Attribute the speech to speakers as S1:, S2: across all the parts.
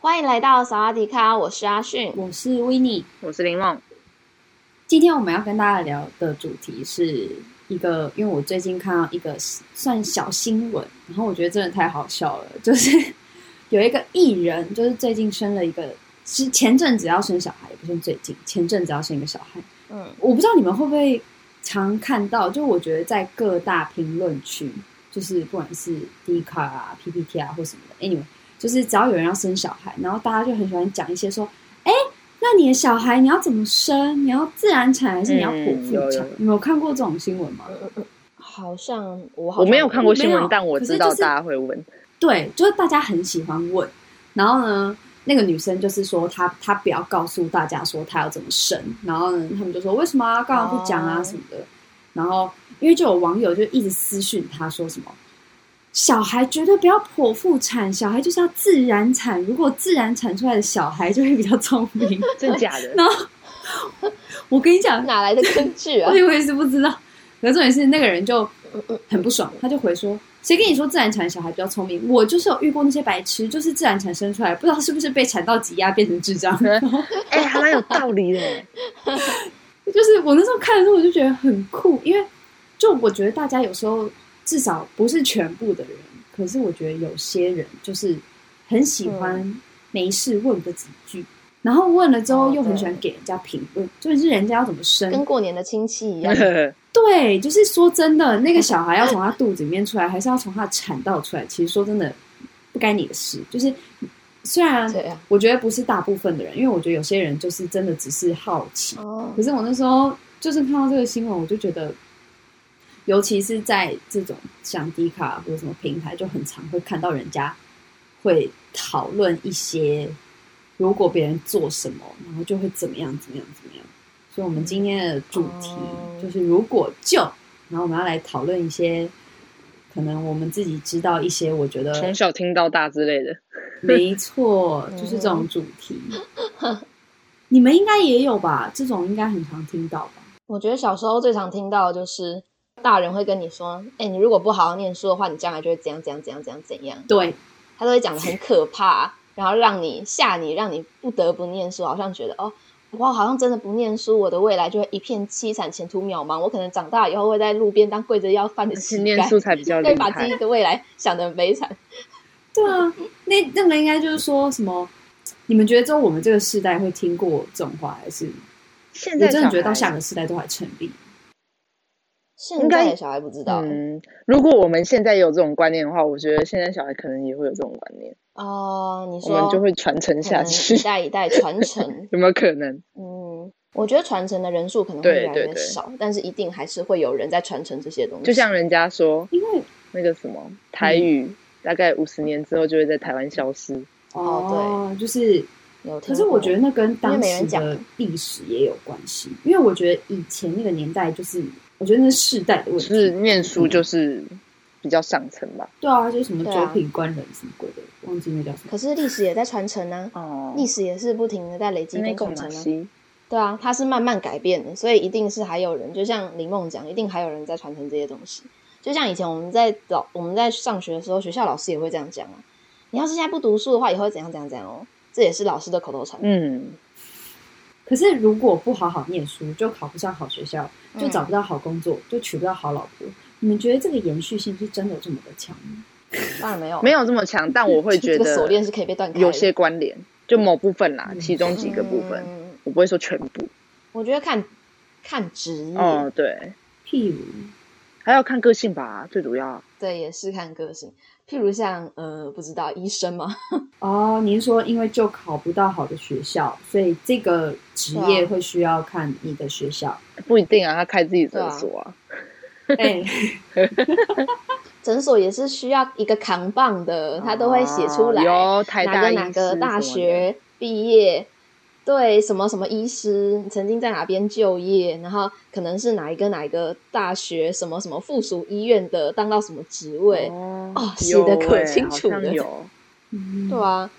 S1: 欢迎来到萨瓦迪卡，我是阿迅。
S2: 我是维尼。
S3: 我是林梦。
S2: 今天我们要跟大家聊的主题是一个，因为我最近看到一个算小新闻，然后我觉得真的太好笑了，就是有一个艺人，就是最近生了一个，是前阵子要生小孩，也不是最近，前阵子要生一个小孩。
S1: 嗯，
S2: 我不知道你们会不会常看到，就我觉得在各大评论区，就是不管是 D 卡啊、PPT 啊或什么的，anyway，就是只要有人要生小孩，然后大家就很喜欢讲一些说，哎、那你的小孩你要怎么生？你要自然产还是你要剖腹
S3: 嗯有
S2: 产？
S3: 有有
S2: 你们有看过这种新闻吗？
S1: 好像我好
S3: 我
S1: 像
S3: 没有看过新
S2: 没有
S3: 闻，但我
S2: 可是
S3: 知道
S2: 就是
S3: 大家会问。
S2: 对，就是大家很喜欢问。然后呢，那个女生就是说她她不要告诉大家说她要怎么生。然后呢，他们就说为什么啊？干嘛不讲啊
S1: 哦
S2: 什么的。然后因为就有网友就一直私讯她说什么。小孩绝对不要剖腹产，小孩就是要自然产。如果自然产出来的小孩就会比较聪明。
S3: 真的 假的？
S2: 然后我跟你讲，
S1: 哪来的根据 啊嗯
S2: 我？以为是不知道。可是重点是那个人就很不爽，他就回说：“谁跟你说自然产小孩比较聪明？我就是有遇过那些白痴，就是自然产生出来，不知道是不是被产到挤压变成智障。
S3: 哎、还蛮有道理 的。
S2: 就是我那时候看的时候，我就觉得很酷，因为就我觉得大家有时候至少不是全部的人，可是我觉得有些人就是很喜欢没事问个几句，然后问了之后
S1: 哦
S2: 又很喜欢给人家评论，就是人家要怎么生，
S1: 嗯跟过年的亲戚一样，
S2: 对，就是说真的，那个小孩要从他肚子里面出来，还是要从他的产道出来？其实说真的，不该你的事。就是虽
S3: 嗯
S2: 然
S1: 对啊
S2: 我觉得不是大部分的人，因为我觉得有些人就是真的只是好奇。
S1: 哦，
S2: 可是我那时候就是看到这个新闻，我就觉得，尤其是在这种像迪卡或者什么平台，就很常会看到人家会讨论一些如果别人做什么，然后就会怎么样怎么样怎么样。所以我们今天的主题
S1: 哦
S2: 就是如果就，然后我们要来讨论一些。可能我们自己知道一些，我觉得
S3: 从小听到大之类 的，
S2: 没错，
S1: 嗯
S2: 就是这种主题。你们应该也有吧？这种应该很常听到吧？
S1: 我觉得小时候最常听到的就是大人会跟你说：“哎、你如果不好好念书的话，你将来就会怎样怎样怎样怎样怎样。
S2: 对，”
S1: 他都会讲的很可怕， 然后让你吓你，让你不得不念书，好像觉得哦。我好像真的不念书，我的未来就会一片凄惨，前途渺茫。我可能长大以后会在路边当跪着要饭的乞
S3: 去
S1: 丐，
S3: 念书才比较
S1: 对，
S3: 厉
S1: 把自
S3: 害
S1: 己。的未来想得很悲惨。
S2: 对啊，那那个应该就是说什么？你们觉得只有我们这个世代会听过这种话，还是
S3: 现
S2: 我
S3: 在
S2: 真的觉得到
S3: 小
S2: 下
S3: 孩
S2: 个世代都还成立？
S1: 现
S3: 应该
S1: 在的小孩不知道、
S3: 嗯，如果我们现在有这种观念的话，我觉得现在小孩可能也会有这种观念，
S1: 哦，你
S3: 我
S1: 说
S3: 们就会传承
S1: 可
S3: 下
S1: 能
S3: 去。
S1: 一，代一代传承
S3: 有没有可能？
S1: 嗯，我觉得传承的人数可能会
S3: 对
S1: 越来
S3: 对
S1: 越
S3: 对
S1: 少，但是一定还是会有人在传承这些东西。
S3: 就像人家说
S2: 因为
S3: 那个什么台语，大概五十年之后就会在台湾消失。
S2: 哦，就是，
S1: 有听过，
S2: 可是我觉得那跟
S1: 因为
S2: 当
S1: 没
S2: 时
S1: 人讲
S2: 的历史也有关系，因为我觉得以前那个年代就是，我觉得那是世代的问题，
S3: 就是念书就是比较上层吧。
S2: 对啊，就是什么
S1: 对
S2: 九
S1: 啊
S2: 品官人什么鬼的，忘记那叫什么。
S1: 可是历史也在传承呢、
S3: 哦
S1: 历史也是不停的在累积
S3: 那
S1: 跟
S3: 个
S1: 传承
S3: 马
S1: 啊。
S3: 西，
S1: 对啊，它是慢慢改变的，所以一定是还有人，就像林梦讲，一定还有人在传承这些东西。就像以前我们在老我们在上学的时候，学校老师也会这样讲啊，你要是现在不读书的话，以后会怎样怎样怎样哦，这也是老师的口头禅。
S3: 嗯，
S2: 可是如果不好好念书，就考不上好学校，
S1: 嗯
S2: 就找不到好工作，就娶不到好老婆。你们觉得这个延续性是真的有这么的强吗？
S1: 当然没有，
S3: 没有这么强，但我会觉
S1: 这个锁链
S3: 得
S1: 是可以被断开的，
S3: 有些关联，就某部分啦，
S2: 嗯
S3: 其中几个部分，
S1: 嗯
S3: 我不会说全部。
S1: 我觉得看看职业，
S3: 哦，对，
S2: 譬如，
S3: 还要看个性吧，最主要。
S1: 对，也是看个性。譬如像呃，不知道医生嘛，
S2: 哦，您说因为就考不到好的学校，所以这个职业
S1: 对啊
S2: 会需要看你的学校。
S3: 不一定啊，他开自己诊所啊，
S2: 哎、
S1: 诊所也是需要一个扛棒的，嗯他都会写出来。
S3: 哦啊有台
S1: 哪
S3: 大
S1: 个哪
S3: 医
S1: 个
S3: 师
S1: 大
S3: 什么的
S1: 学毕业，对什么什么医师，曾经在哪边就业，然后可能是哪一个哪一个大学什么什么附属医院的当到什么职位，
S3: 哦
S1: 哦写
S3: 有
S1: 得可
S3: 欸
S1: 清
S3: 好
S1: 楚
S3: 像
S1: 了
S3: 有
S2: 嗯
S1: 对啊，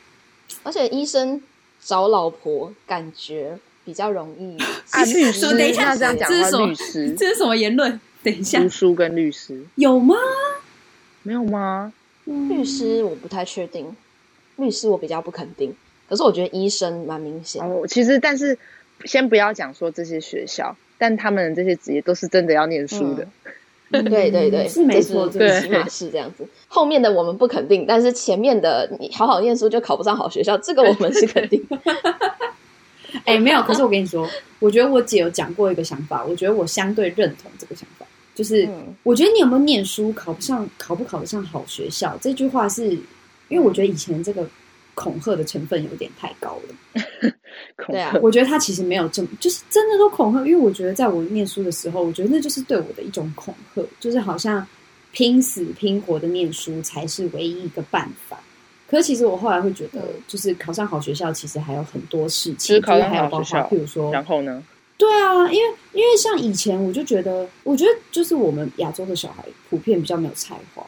S1: 而且医生找老婆感觉比较容易
S3: 啊，律师，
S2: 说等一下
S3: 那这样讲
S2: 这是
S3: 的
S2: 什
S3: 话，
S2: 么
S3: 律师、
S2: 这是什么言论？等一下
S3: 读，书跟律师
S2: 有吗？
S3: 没有吗？
S1: 律师我不太确定，律师我比较不肯定，可是我觉得医生蛮明显。
S3: 哦，其实但是先不要讲说这些学校，但他们的这些职业都是真的要念书
S1: 嗯
S3: 的。
S1: 对对对，
S2: 嗯是没错，
S1: 这是
S2: 这个
S1: 起码是这样子。后面的我们不肯定，但是前面的你好好念书就考不上好学校，这个我们是肯 定。
S2: 哎、没有。可是我跟你说，我觉得我姐有讲过一个想法，我觉得我相对认同这个想法，就是、
S1: 嗯
S2: 我觉得你有没有念书，考不上，考不考得上好学校这句话是，因为我觉得以前这个恐吓的成分有点太高了。
S3: 恐
S1: 对啊
S3: 吓
S2: 我觉得他其实没有这么，就是真的都恐吓，因为我觉得在我念书的时候，我觉得那就是对我的一种恐吓，就是好像拼死拼活的念书才是唯一一个办法。可是其实我后来会觉得
S1: 嗯，
S2: 就是考上好学校，其实还有很多事
S3: 只
S2: 情，
S3: 是考
S2: 就是
S3: 上
S2: 还有
S3: 好
S2: 包
S3: 学校
S2: 括，譬如说，
S3: 然后呢？
S2: 对啊，因为因为像以前我就觉得，我觉得就是我们亚洲的小孩普遍比较没有才华，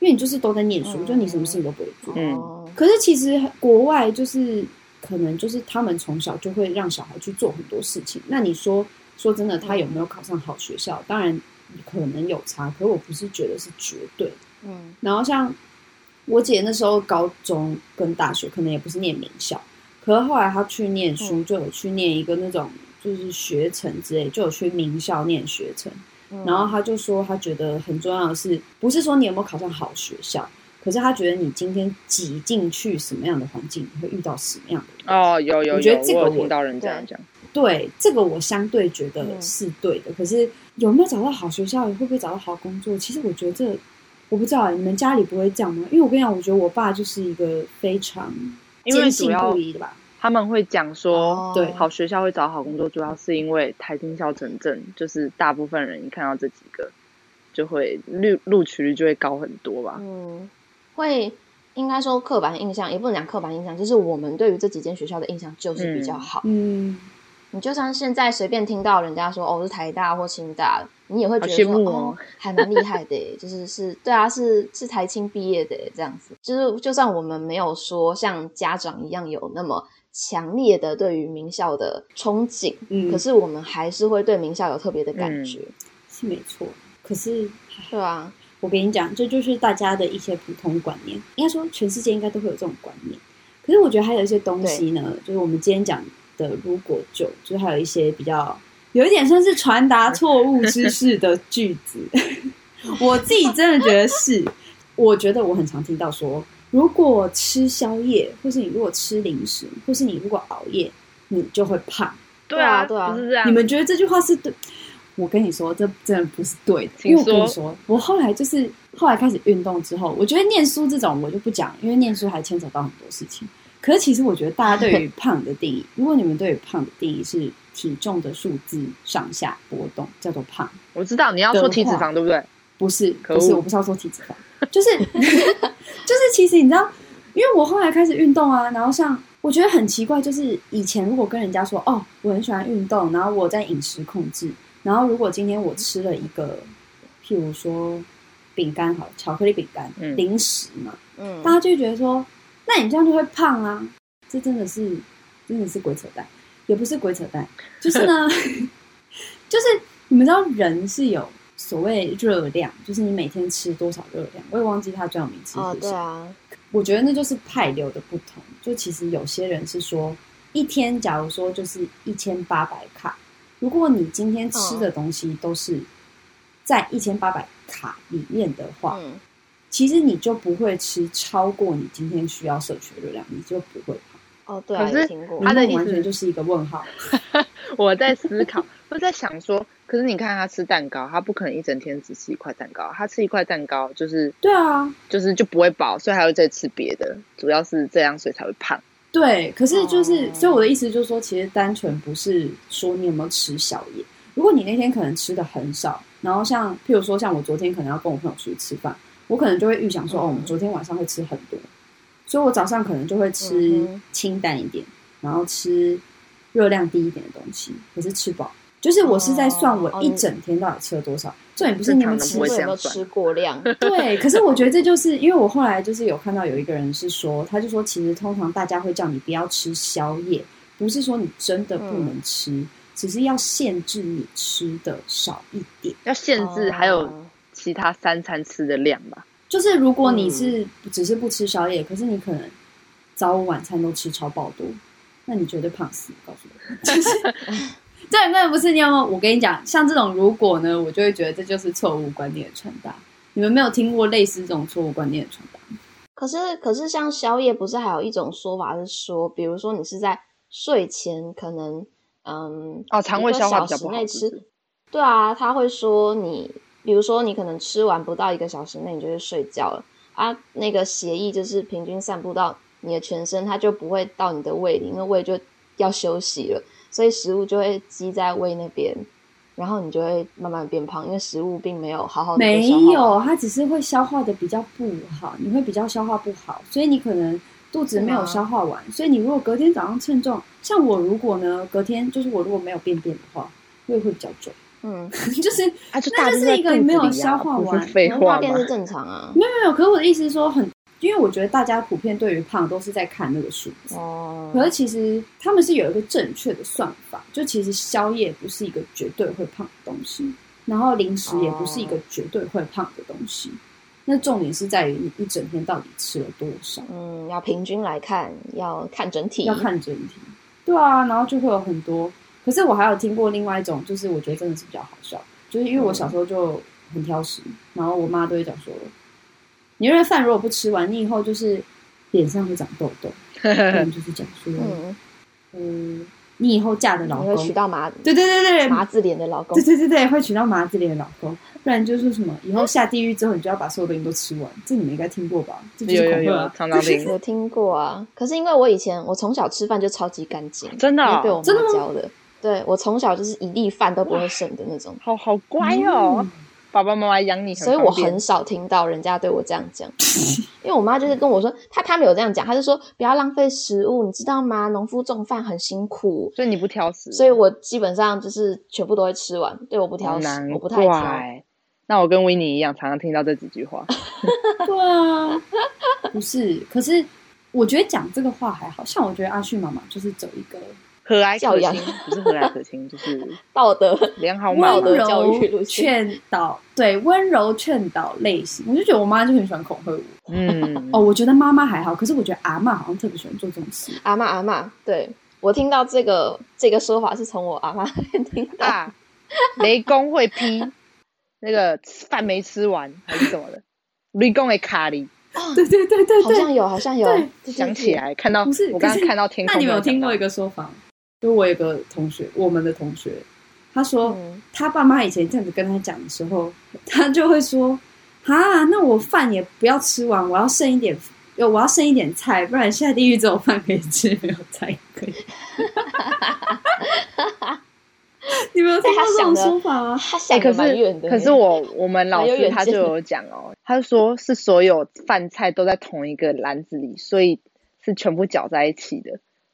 S2: 因为你就是都在念书，
S1: 嗯
S2: 就你什么事情都不会做。
S3: 嗯
S1: 哦
S2: 可是其实国外就是可能就是他们从小就会让小孩去做很多事情。那你说说真的，他有没有考上好学校？当然可能有差，可我不是觉得是绝对。
S1: 嗯
S2: 然后像我姐那时候高中跟大学可能也不是念名校，可是后来她去念书，就有去念一个那种就是学程之类，就有去名校念学程。
S1: 嗯
S2: 然后他就说，他觉得很重要的是，不是说你有没有考上好学校，可是他觉得你今天挤进去什么样的环境，你会遇到什么样的人。
S3: 哦，有有有，
S2: 我觉得这个我
S3: 有听到人这样讲，
S2: 对，这个我相对觉得
S1: 嗯
S2: 是对的。可是有没有找到好学校，会不会找到好工作？其实我觉得这我不知道、欸你们家里不会这样吗？因为我跟你讲，我觉得我爸就是一个非常
S3: 因为
S2: 坚
S3: 主
S2: 信
S3: 要
S2: 不疑的吧。
S3: 他们会讲说
S1: 哦，
S2: 对
S3: 好学校会找好工作，主要是因为台经校城镇，就是大部分人一看到这几个，就会录录取率就会高很多吧。
S1: 嗯，会应该说刻板印象，也不能讲刻板印象，就是我们对于这几间学校的印象就是比较好。
S2: 嗯，
S1: 你就像现在随便听到人家说哦是台大或清大，你也会觉得
S3: 好羡
S1: 说
S3: 慕
S1: 哦
S3: 哦
S1: 还蛮厉害的耶，就是是对啊是是台清毕业的耶这样子，就是就算我们没有说像家长一样有那么强烈的对于名校的憧憬，
S2: 嗯
S1: 可是我们还是会对名校有特别的
S3: 嗯
S1: 感觉，
S2: 是没错。可是
S1: 对啊，
S2: 我跟你讲，这就是大家的一些普通观念。应该说，全世界应该都会有这种观念。可是我觉得还有一些东西呢，就是我们今天讲的“如果就”，就是还有一些比较有一点算是传达错误知识的句子。 我自己真的觉得是，我觉得我很常听到说，如果吃宵夜，或是你如果吃零食，或是你如果熬夜，你就会胖。
S1: 对啊对啊
S3: 不是这样。
S2: 你们觉得这句话是对？我跟你说，这真的不是对的。
S3: 请
S2: 因为我跟你
S3: 说
S2: 说，我后来就是后来开始运动之后，我觉得念书这种我就不讲，因为念书还牵扯到很多事情。可是其实我觉得大家对于胖的定义，如果你们对于胖的定义是体重的数字上下波动，叫做胖，
S3: 我知道你要说体脂肪 对不对？
S2: 不是
S3: 可恶
S2: 不是，我不是要说体脂肪， 就是就是其实你知道，因为我后来开始运动啊，然后像我觉得很奇怪，就是以前如果跟人家说哦，我很喜欢运动，然后我在饮食控制，然后如果今天我吃了一个，譬如说饼干好了，巧克力饼干、
S3: 嗯
S2: 零食嘛，
S1: 嗯
S2: 大家就会觉得说，那你这样就会胖啊，这真的是真的是鬼扯淡，也不是鬼扯淡，就 是呢，就是你们知道人是有所谓热量，就是你每天吃多少热量，我也忘记它专有名词
S1: 哦
S2: 是
S1: 对
S2: 什么。
S1: 啊，
S2: 我觉得那就是派流的不同。就其实有些人是说，一天假如说就是一千八百卡，如果你今天吃
S1: 嗯
S2: 的东西都是在一千八百卡里面的话，
S1: 嗯
S2: 其实你就不会吃超过你今天需要摄取的热量，你就不会胖。
S1: 哦对啊，
S3: 可是
S1: 也听过
S3: 他，的
S2: 那
S3: 意思
S2: 完全就是一个问号。
S3: 我在思考，我在想说，可是你看他吃蛋糕，他不可能一整天只吃一块蛋糕，他吃一块蛋糕就是
S2: 对啊，
S3: 就是就不会饱，所以还会再吃别的，主要是这样，所以才会胖。
S2: 对，可是就是，
S1: 哦
S2: 所以我的意思就是说，其实单纯不是说你有没有吃宵夜。如果你那天可能吃的很少，然后像譬如说像我昨天可能要跟我朋友出去吃饭，我可能就会预想说，哦，我
S1: 嗯
S2: 们昨天晚上会吃很多，所以我早上可能就会吃
S1: 嗯哼
S2: 清淡一点，然后吃热量低一点的东西，可是吃饱。就是我是在算我
S1: 哦
S2: 一
S1: 你
S2: 整天到底吃了多少，重点不是你有没有
S3: 正
S2: 吃
S3: 常
S1: 我
S3: 的
S1: 有没有
S3: 想
S1: 吃过量？
S2: 对，可是我觉得这就是因为我后来就是有看到有一个人是说，他就说其实通常大家会叫你不要吃宵夜，不是说你真的不能吃，只是要限制你吃的少一点。
S3: 要限制还有
S1: 哦
S3: 其他三餐吃的量 吧。
S2: 就是如果你是只是不吃宵夜，可是你可能早午晚餐都吃超爆多，那你绝对胖死。告诉我，就是这根本不是你有没有？我跟你讲，像这种如果呢，我就会觉得这就是错误观念的传达。你们没有听过类似这种错误观念的传达吗？
S1: 可是可是像宵夜，不是还有一种说法是说，比如说你是在睡前可能嗯
S3: 哦肠胃消化比较
S1: 一个小时
S3: 不好
S1: 内
S3: 是不
S1: 吃，对啊，他会说你，比如说你可能吃完不到一个小时内你就去睡觉了啊，那个血液就是平均散布到你的全身，它就不会到你的胃里，因为胃就要休息了，所以食物就会积在胃那边。然后你就会慢慢变胖，因为食物并没有好好的
S2: 没
S1: 消化完
S2: 有，它只是会消化的比较不好，你会比较消化不好，所以你可能肚子没有消化完，所以你如果隔天早上称重，像我如果呢隔天就是我如果没有便便的话，胃会比较肿，
S1: 嗯，
S2: 就是
S3: 啊，就
S2: 那
S3: 大
S2: 就
S3: 部
S2: 是
S3: 分
S2: 一个没有消化
S3: 啊不
S2: 完
S3: 是，废
S1: 大
S3: 话
S1: 便
S3: 吗
S1: 是？正常啊。
S2: 没有没有，可是我的意思是说很，因为我觉得大家普遍对于胖都是在看那个数字，
S1: 哦，
S2: 可是其实他们是有一个正确的算法，就其实宵夜不是一个绝对会胖的东西，然后零食也不是
S1: 哦
S2: 一个绝对会胖的东西。那重点是在于你一整天到底吃了多少，
S1: 嗯，要平均来看，要看整体。
S2: 要看整体。对啊，然后就会有很多。可是我还有听过另外一种，就是我觉得真的是比较好笑，就是因为我小时候就很挑食，然后我妈都会讲说，你那饭如果不吃完，你以后就是脸上会长痘痘，不然就是讲说，
S1: 嗯，
S2: 嗯，你以后嫁的老
S1: 你会娶
S2: 公，
S1: 到麻
S2: 对对对对
S1: 麻子脸的老公
S2: 对。对对对，会娶到麻子脸的老公，不然就是什么，以后下地狱之后，你就要把所有东西都吃完，这你们应该听过吧？这就是
S3: 有有
S2: 恐吓
S3: 有，
S2: 啊，
S3: 常常听，
S1: 有听过啊，可是因为我以前我从小吃饭就超级干净，
S3: 真的
S1: 因为被
S3: 哦
S1: 我妈教的。对我从小就是一粒饭都不会剩的那种，
S3: 好好乖哦
S2: 嗯，
S3: 爸爸妈妈养你很
S1: 所以我
S3: 方便
S1: 很少听到人家对我这样讲。 因为我妈就是跟我说，她她没有这样讲，她就说不要浪费食物，你知道吗？农夫种饭很辛苦，
S3: 所以你不挑食，
S1: 所以我基本上就是全部都会吃完。对，我不挑
S3: 好
S1: 食
S3: 难，
S1: 我不太挑。
S3: 怪。那我跟维尼一样，常常听到这几 句话。
S2: 对啊，不是，可是我觉得讲这个话还好像，我觉得阿旭妈妈就是走一个
S3: 和蔼
S1: 教
S3: 可
S1: 养
S3: 亲，不是和蔼可 亲，就是
S1: 道德
S3: 良好
S1: 道
S3: 貌
S1: 德
S3: 德。
S1: 教育
S2: 柔
S1: 路线
S2: 劝导，对温柔劝导类型。我就觉得我妈就很喜欢恐吓我。
S3: 嗯，
S2: 哦，我觉得妈妈还好，可是我觉得阿妈好像特别喜欢做这种事。
S1: 阿嬷阿嬷，对我听到这个这个说法是从我阿嬷 那边听到。
S3: 啊，雷公会劈，那个吃饭没吃完还是怎么的？雷公的卡里
S2: 对对对对
S1: 好像
S2: 对，
S1: 有，好像有，
S2: 对
S1: 对
S3: 想起。来，看到
S2: 不是
S3: 我刚
S2: 可
S3: 刚
S2: 是
S3: 看到天空。
S2: 那你们有听过一
S3: 个？
S2: 个说法吗？就我有个同学，我们的同学，他
S1: 对
S2: 说、
S1: 嗯，
S2: 他爸妈以前这样子跟他讲的时候，他就会说：“啊，那我饭也不要吃完，我要剩一点，呃我要剩一点菜，不然下地狱只有饭可以吃， 没有菜可以。”你们有听过这种说法吗？
S1: 他
S3: 哎，
S1: 想
S3: 可
S1: 的蛮远
S3: 是
S1: 的呢、
S3: 可是我我们老
S1: 蛮有
S3: 师
S1: 远
S3: 他
S1: 见
S3: 就有讲哦，他就说是所有饭菜都在同一个篮子里，所以是全部搅在一起的，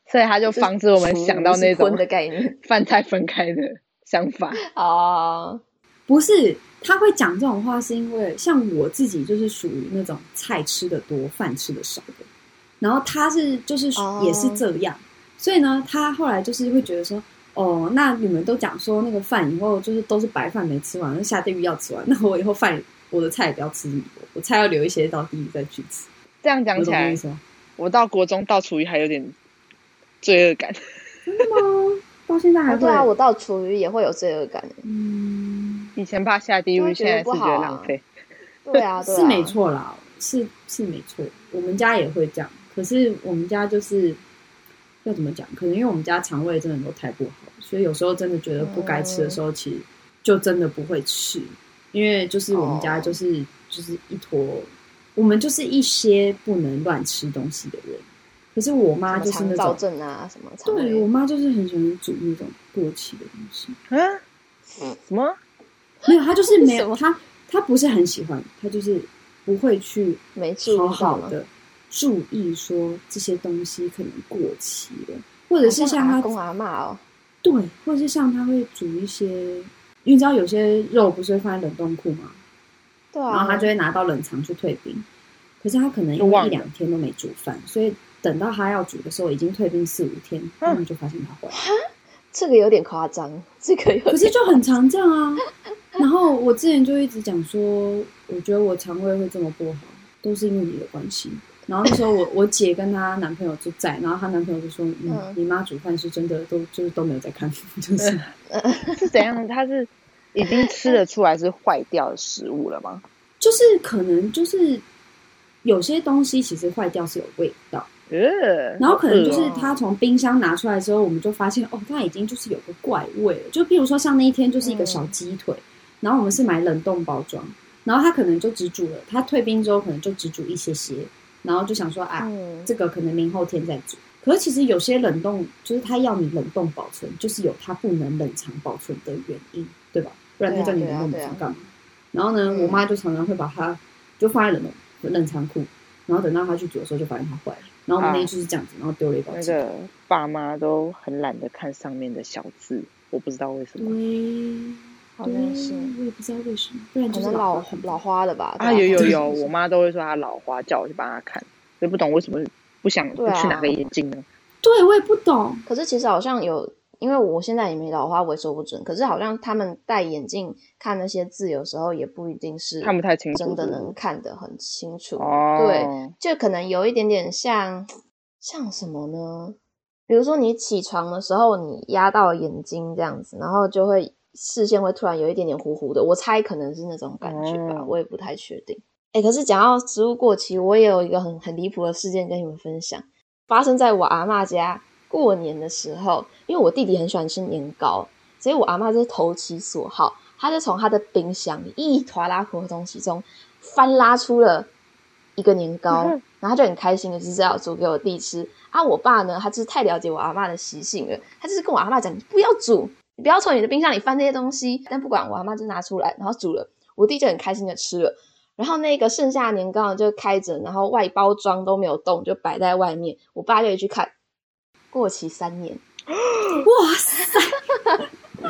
S3: 所以他就防止我们想到那
S1: 是荤
S3: 种
S1: 的概念
S3: 饭菜分开的想法。
S1: 啊，
S2: 不是，他会讲这种话是因为像我自己就是属于那种菜吃的多，饭吃的少的，然后他是就是属
S1: 哦
S2: 也是这样，所以呢，他后来就是会觉得说，哦，那你们都讲说那个饭以后就是都是白饭没吃完，那下地狱要吃完， 那我以后饭我的菜也不要吃那么多，我菜要留一些到地狱再去吃，
S3: 这样
S2: 我
S3: 讲起
S2: 懂这个
S3: 来
S2: 意，思吗？
S3: 我到国中倒厨余还有点罪恶感。
S2: 到现在
S1: 哦
S2: 还会、
S1: 对啊，我到厨余也会有罪恶感。
S2: 嗯，
S3: 以前怕下地
S1: 就
S3: 狱，
S1: 会觉
S3: 现
S1: 得
S3: 在
S1: 不
S3: 是觉
S1: 好
S3: 得
S1: 啊
S3: 浪费。
S1: 对啊，对啊，
S2: 是没。错啦，是是没错，我们家也会这样，可是我们家就是要怎么讲？可能因为我们家肠胃真的都太不好，所以有时候真的觉得不该吃的
S1: 嗯
S2: 时候，其实就真的不会吃，因为就是我们家
S1: 哦
S2: 就是、就是一坨，我们就是一些不能乱吃东西的人。可是我妈
S1: 什
S2: 就
S1: 么
S2: 是
S1: 肠
S2: 那
S1: 燥
S2: 种，
S1: 症啊，什么肠
S2: 对我
S1: 胃
S2: 妈就是很喜欢煮那种过期的东西。
S3: 嗯、什么？
S2: 没有，他就是没
S1: 为什
S2: 有
S1: 么
S2: 他，他不是很喜欢，他就是不会去
S1: 没注意到
S2: 好
S1: 吗
S2: 好的注意说这些东西可能过期了，或者是像
S1: 阿
S2: 他
S1: 公阿妈哦，
S2: 对，或者是像他会煮一些，因为你知道有些肉不是会放在冷冻库吗？
S1: 对
S2: 然
S1: 啊，
S2: 后他就会拿到冷藏去退冰。可是他可能
S3: 就
S2: 因
S3: 忘
S2: 为
S3: 了
S2: 一两天都没煮饭，所以等到他要煮的时候，已经退冰四五天，
S1: 嗯
S2: 他们就发现他坏了。
S1: 这个有点夸张，这个有
S2: 可是就很常这样啊。然后我之前就一直讲说，我觉得我肠胃会这么不好，都是因为你的关系。然后那时候我我姐跟她男朋友就在，然后她男朋友就说：“嗯，
S1: 嗯
S2: 你妈煮饭是真的都就是都没有在看， 就是
S3: 是怎样？它是已经吃得出来是坏掉的食物了 吗？
S2: 就是可能就是有些东西其实坏掉是有味道，
S3: 呃，
S2: 然后可能就是
S3: 好恶哦
S2: 他从冰箱拿出来之后，我们就发现哦，它已经就是有个怪味了。就比如说像那一天就是一个小鸡腿，然后我们是买冷冻包装，然后它可能就只煮了，它退冰之后可能就只煮一些些，然后就想说啊，
S1: 嗯
S2: 这个可能明后天再煮。可是其实有些冷冻就是它要你冷冻保存，就是有它不能冷藏保存的原因，对吧？不然它叫你冷冻保
S1: 对啊对啊
S2: 存干嘛？然后呢，
S1: 嗯
S2: 我妈就常常会把它就放在冷冻冷藏库，然后等到它去煮的时候就发现它坏了。然后我们那天就是这样子，然后丢了一包
S3: 那
S2: 鸡腿。
S3: 个爸妈都很懒得看上面的小字，我不知道为
S1: 嗯
S3: 什
S2: 对，
S3: 么。
S1: 好像是
S2: 对我也不知道为什么，不然
S1: 可
S2: 嗯就是
S1: 能老
S2: 很
S1: 老花了吧？
S3: 啊，
S1: 对
S3: 有
S1: 吧
S3: 有有，我妈都会说她老花，叫我去帮她看，就不懂为什么不想不
S1: 对啊
S3: 去拿个眼镜呢？
S2: 对我也不懂，
S1: 可是其实好像有，因为我现在也没老花，我也说不准。可是好像他们戴眼镜看那些字，有时候也不一定是
S3: 看不太清楚
S1: 真的
S3: 是不是
S1: 能看得很清楚。
S3: 哦，
S1: 对，就可能有一点点像像什么呢？比如说你起床的时候，你压到眼睛这样子，然后就会视线会突然有一点点糊糊的。我猜可能是那种感觉吧，
S3: 哦
S1: 我也不太确定。哎、可是讲到食物过期，我也有一个很很离谱的事件跟你们分享，发生在我阿嬷家过年的时候，因为我弟弟很喜欢吃年糕，所以我阿嬷就是投其所好，她就从她的冰箱里一坨拉苦的东西中翻拉出了一个年糕，
S3: 嗯
S1: 然后她就很开心的就是要煮给我弟吃。啊，我爸呢，他就是太了解我阿嬷的习性了，他就是跟我阿嬷讲，你不要煮，你不要从你的冰箱里翻这些东西。但不管我阿嬷就拿出来，然后煮了，我弟就很开心的吃了。然后那个剩下的年糕呢就开着，然后外包装都没有动，就摆在外面。我爸就一去看，过期三年，
S2: 哇塞，
S3: 那、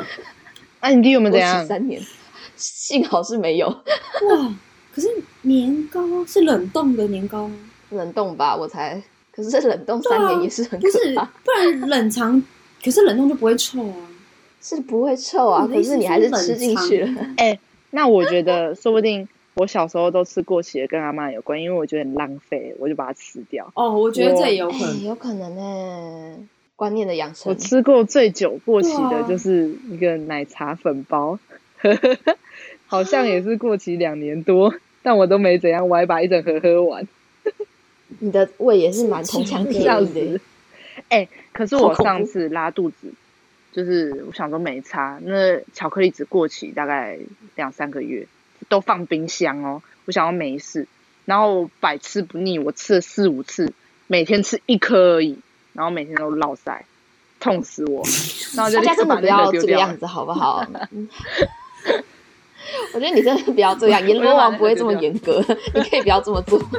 S3: 啊你弟有没有
S1: 过
S3: 怎
S1: 期
S3: 样？
S1: 三年， 幸好是没有
S2: 哇！可是年糕是冷冻的年糕吗？
S1: 冷冻吧，我才。可是冷冻
S2: 对啊
S1: 三年也是很可
S2: 不是
S1: 怕，，
S2: 不然冷藏，可是冷冻就不会臭啊。
S1: 是不会臭啊，
S2: 我的
S1: 可
S2: 意思
S1: 是你还是吃进去
S2: 冷
S1: 了。
S2: 藏。
S3: 那我觉得说不定我小时候都吃过期的，跟阿妈有关，因为我觉得很浪费，我就把它吃掉。
S2: 哦，我觉得这也有
S1: 哎、
S2: 可能。
S1: 有可能呢、观念的养成。
S3: 我吃过最久过期
S2: 对
S3: 的
S2: 啊
S3: 就是一个奶茶粉 包， 好像也是过期两年多，但我都没怎样，我还把一整盒喝完，
S1: 你的胃也是蛮铜墙铁
S3: 笑
S1: 壁的
S3: 死。。哎、可是
S1: 好
S3: 我
S1: 恐怖
S3: 上次拉肚子，就是我想说没差，那巧克力只过期大概两三个月，都放冰箱哦，我想要没事，然后百吃不腻，我吃了四五次，每天吃一颗而已，然后每天都落腮，痛死 我，然后就
S1: 大
S3: 立
S1: 家
S3: 刻
S1: 真的
S3: 把
S1: 不
S3: 那
S1: 要
S3: 个丢
S1: 这个
S3: 掉
S1: 样
S3: 了。
S1: 子，好不好？ 嗯我觉得你真的不要这 样，阎罗王不会这么严格， 你可以不要这么做。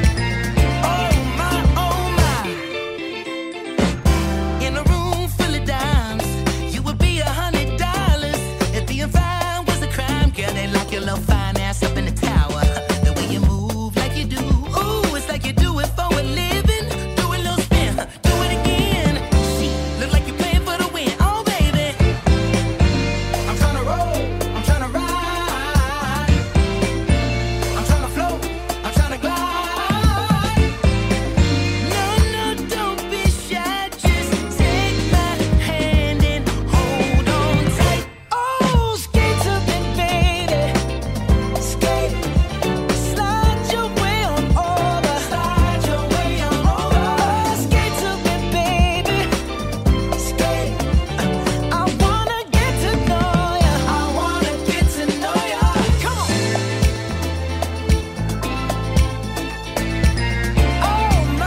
S4: Oh my, oh my! In a room full of dimes, you would be a hundred dollars if being fine was a crime. Girl, they lock your little fine ass up in the tower. The way you move, like you do, ooh, it's like you do it for a living. Do a little spin, do it again. She look like you're playing for the win. Oh baby, I'm tryna roll, I'm tryna ride, I'm tryna float, I'm tryna glide. No, no, don't be shy. Just take my hand and hold on tight. Oh, skate to baby. Oh,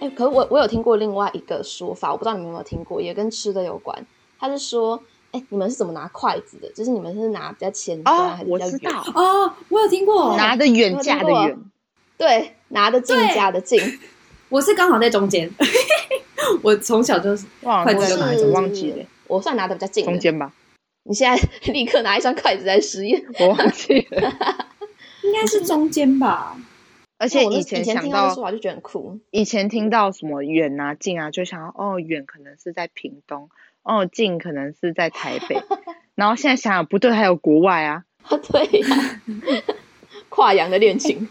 S1: 哎可我我有听过另外一个说法，我不知道你们有没有听过，也跟吃的有关。他是说，哎、你们是怎么拿筷子的？就是你们是拿比较前端、
S3: 哦
S1: 还，是比
S3: 我
S1: 较
S3: 知
S1: 远？
S3: 道，
S2: 哦，我有听过，
S3: 拿的远架的
S1: 我
S3: 远
S1: 听，对，拿的近
S2: 对
S1: 夹的近。
S2: 我是刚好在中间， 我从小就是
S3: 哇，
S2: 筷
S3: 我
S2: 子
S3: 有
S2: 就拿
S3: 哪
S2: 着
S3: 一种
S1: 是
S3: 忘记了？
S1: 我算拿的比较近的
S3: 中间吧，
S1: 你现在立刻拿一双筷子来实验。
S3: 我忘记 了。
S2: 应该是中间吧，
S3: 而且
S1: 我那
S3: 以
S1: 以前
S3: 想
S1: 听到
S3: 到
S1: 这说法就觉得很酷。
S3: 以前听到什么远啊近啊，就想到哦远可能是在屏东，哦近可能是在台北，然后现在想想不对，还有国外啊，
S1: 啊，对呀、 跨洋的恋情，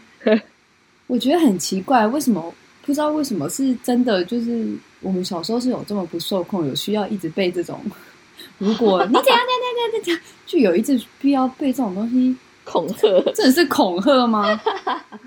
S2: 我觉得很奇怪，为什么不知道为什么是真的？就是我们小时候是有这么不受控，有需要一直被这种， 如果你怎样怎样怎样怎样怎样，就有一直必要被这种东西，
S1: 恐吓。
S2: 真的是恐吓 吗？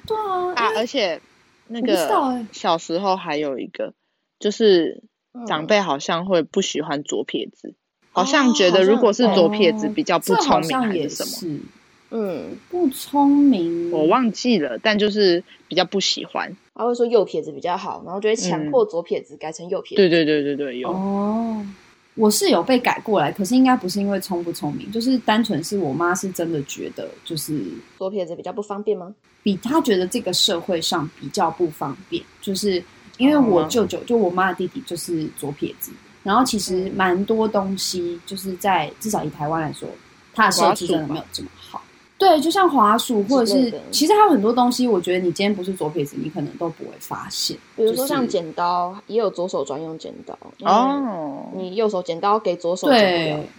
S2: 对啊，
S3: 啊，而且那
S2: 我不知道
S3: 个
S2: 欸
S3: 小时候还有一个，就是
S1: 嗯
S3: 长辈好像会不喜欢左撇子，好像
S1: 哦
S3: 觉得
S1: 好
S3: 如
S1: 像
S3: 果是左撇子
S2: 哦
S3: 比较不
S2: 这好
S3: 聪明
S2: 像
S3: 还
S2: 也
S3: 是什么，
S2: 是
S1: 嗯，
S2: 不聪明，
S3: 我忘记了，但就是比较不喜欢。
S1: 他会说右撇子比较好，然后就会
S2: 嗯
S1: 强迫左撇子改成右撇子。
S3: 对对对对对，有
S2: 哦，我是有被改过来，可是应该不是因为聪不聪明，就是单纯是我妈是真的觉得，就是
S1: 左撇子比较不方便吗？
S2: 比她觉得这个社会上比较不方便，就是因为
S3: 哦
S2: 我舅舅就我妈的弟弟就是左撇子，然后其实蛮多东西就是在至少以台湾来说，它的设置真的没有这么好。对，就像滑鼠，或者
S1: 之类
S2: 是
S1: 的
S2: 其实还有很多东西，我觉得你今天不是左撇子，你可能都不会发现。
S1: 比如说
S2: 就是
S1: 像剪刀，也有左手专用剪刀。嗯，
S3: 哦，
S1: 你右手剪刀给左手剪不了
S2: 对，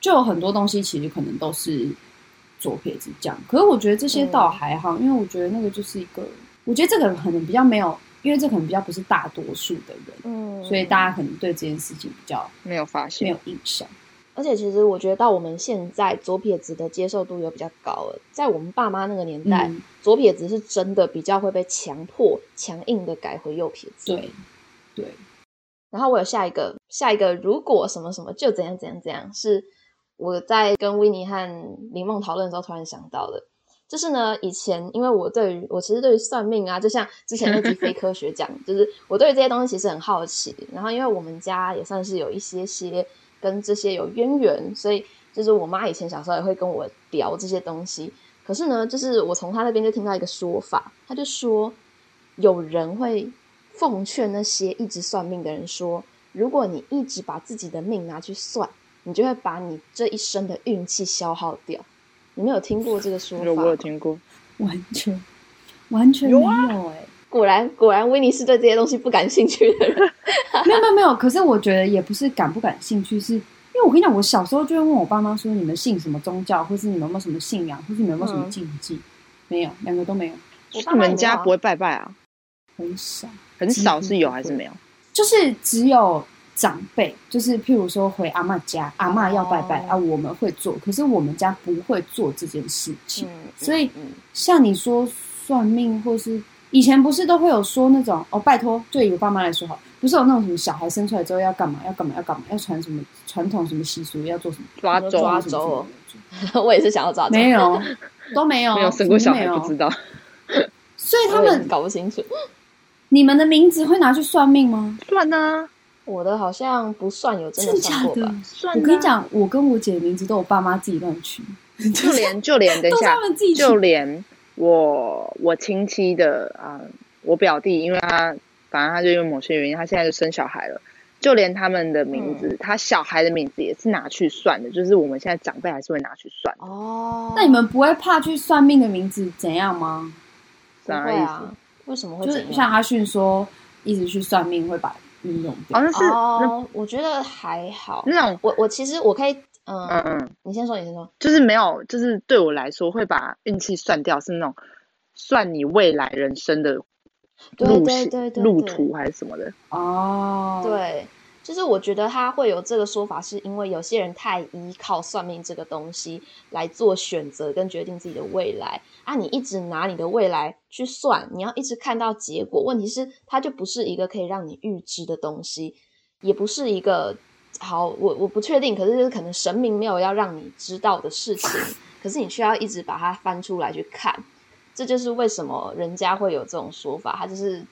S2: 就有很多东西其实可能都是左撇子这样。可是我觉得这些倒还好，因为我觉得那个就是一个，我觉得这个可能比较没有，因为这可能比较不是大多数的人，
S1: 嗯，
S2: 所以大家可能对这件事情比较
S3: 没有发
S2: 没
S3: 现
S2: 有印象。
S1: 而且其实我觉得到我们现在左撇子的接受度有比较高了，在我们爸妈那个年代，
S2: 嗯
S1: 左撇子是真的比较会被强迫、强硬的改回右撇子。
S2: 对，对，
S1: 然后我有下一个，下一个如果什么什么就怎样怎样怎样，是我在跟维尼和林梦讨论的时候突然想到的。就是呢，以前因为我对于我其实对于算命啊，就像之前那集非科学讲， 就是我对于这些东西其实很好奇。然后因为我们家也算是有一些些跟这些有渊源，所以就是我妈以前小时候也会跟我聊这些东西。可是呢，就是我从她那边就听到一个说法，她就说有人会奉劝那些一直算命的人说，如果你一直把自己的命拿去算，你就会把你这一生的运气消耗掉。你们有听过这个说法
S3: 有
S1: 吗？
S3: 我有听过，
S2: 完全完全没有哎、
S1: 果然，果然，威尼是对这些东西不感兴趣的人。
S2: 没有没有没有，可是我觉得也不是感不感兴趣，是因为我跟你讲，我小时候就会问我爸妈说，你们信什么宗教，或是你们有没有什么信仰，或是你们有没有什么
S1: 嗯
S2: 禁忌？没有，两个都没有，
S1: 我爸
S3: 你
S1: 妈也
S3: 们
S1: 没
S3: 家
S1: 有啊
S3: 不会拜拜啊？
S2: 很少。
S3: 很
S2: 几
S3: 少
S2: 乎
S3: 是有
S2: 不
S3: 还是
S2: 会
S3: 没有？
S2: 就是只有长辈，就是譬如说回阿嬷家，阿嬷要拜拜、
S1: 哦
S2: 啊，我们会做，可是我们家不会做这件事情。
S1: 嗯，
S2: 所以
S1: 嗯，
S2: 像你说算命，或是以前不是都会有说那种哦，拜托，对于我爸妈来说好，不是有那种什么小孩生出来之后要干嘛，要干嘛，要干嘛，要传什么传统什么习俗，要做什么
S3: 抓
S1: 你说
S3: 周
S1: 抓
S3: 啊
S2: 什么什
S1: 周哦
S2: 么，
S1: 我也是想要找
S2: 没有，都没有，
S3: 没有生过小孩
S2: 哦没有
S3: 不知道，
S2: 所以他
S1: 他们
S2: 们
S1: 搞不清楚。
S2: 你们的名字会拿去算命吗？
S3: 算 啊
S1: 我的好像不算有真
S2: 真
S1: 的
S2: 的
S1: 算
S2: 假
S1: 过
S2: 的
S1: 吧？？
S3: 算
S2: 我
S3: 啊，
S2: 跟你讲，我跟我姐的名字都我爸妈自己乱取，
S3: 就连 就连等一
S2: 都是
S3: 下
S2: 他，们自己取
S3: 就连我我亲戚的啊、我表弟，因为他反正他就因为某些原因，他现在就生小孩了。就连他们的名字，他小孩的名字也是拿去算的，就是我们现在长辈还是会拿去算，
S1: 哦，
S2: 那你们不会怕去算命的名字怎样吗？
S1: 不
S3: 啥
S1: 会
S3: 意思？
S1: 啊？为什么会
S2: 就
S1: 这
S2: 是像
S1: 样？
S2: 阿迅说，一直去算命会把运用
S3: 哦，
S2: 掉。
S3: 那是、
S1: 哦，我觉得还好。
S3: 那那种，
S1: 我我其实我可以，嗯
S3: 嗯嗯，
S1: 你先说，你先说。
S3: 就是没有，就是对我来说会把运气算掉，是那种算你未来人生的
S1: 对
S3: 路
S1: 对
S3: 线
S1: 对对
S3: 路
S1: 对
S3: 途还是什么的。
S2: 哦，，
S1: 对，就是我觉得他会有这个说法，是因为有些人太依靠算命这个东西来做选择跟决定自己的未来啊。你一直拿你的未来去算，你要一直看到结果。问题是，它就不是一个可以让你预知的东西，也不是一个好，我我不确定，可是就是可能神明没有要让你知道的事情，可是你需要一直把它翻出来去看。这就是为什么人家会有这种说法，他就是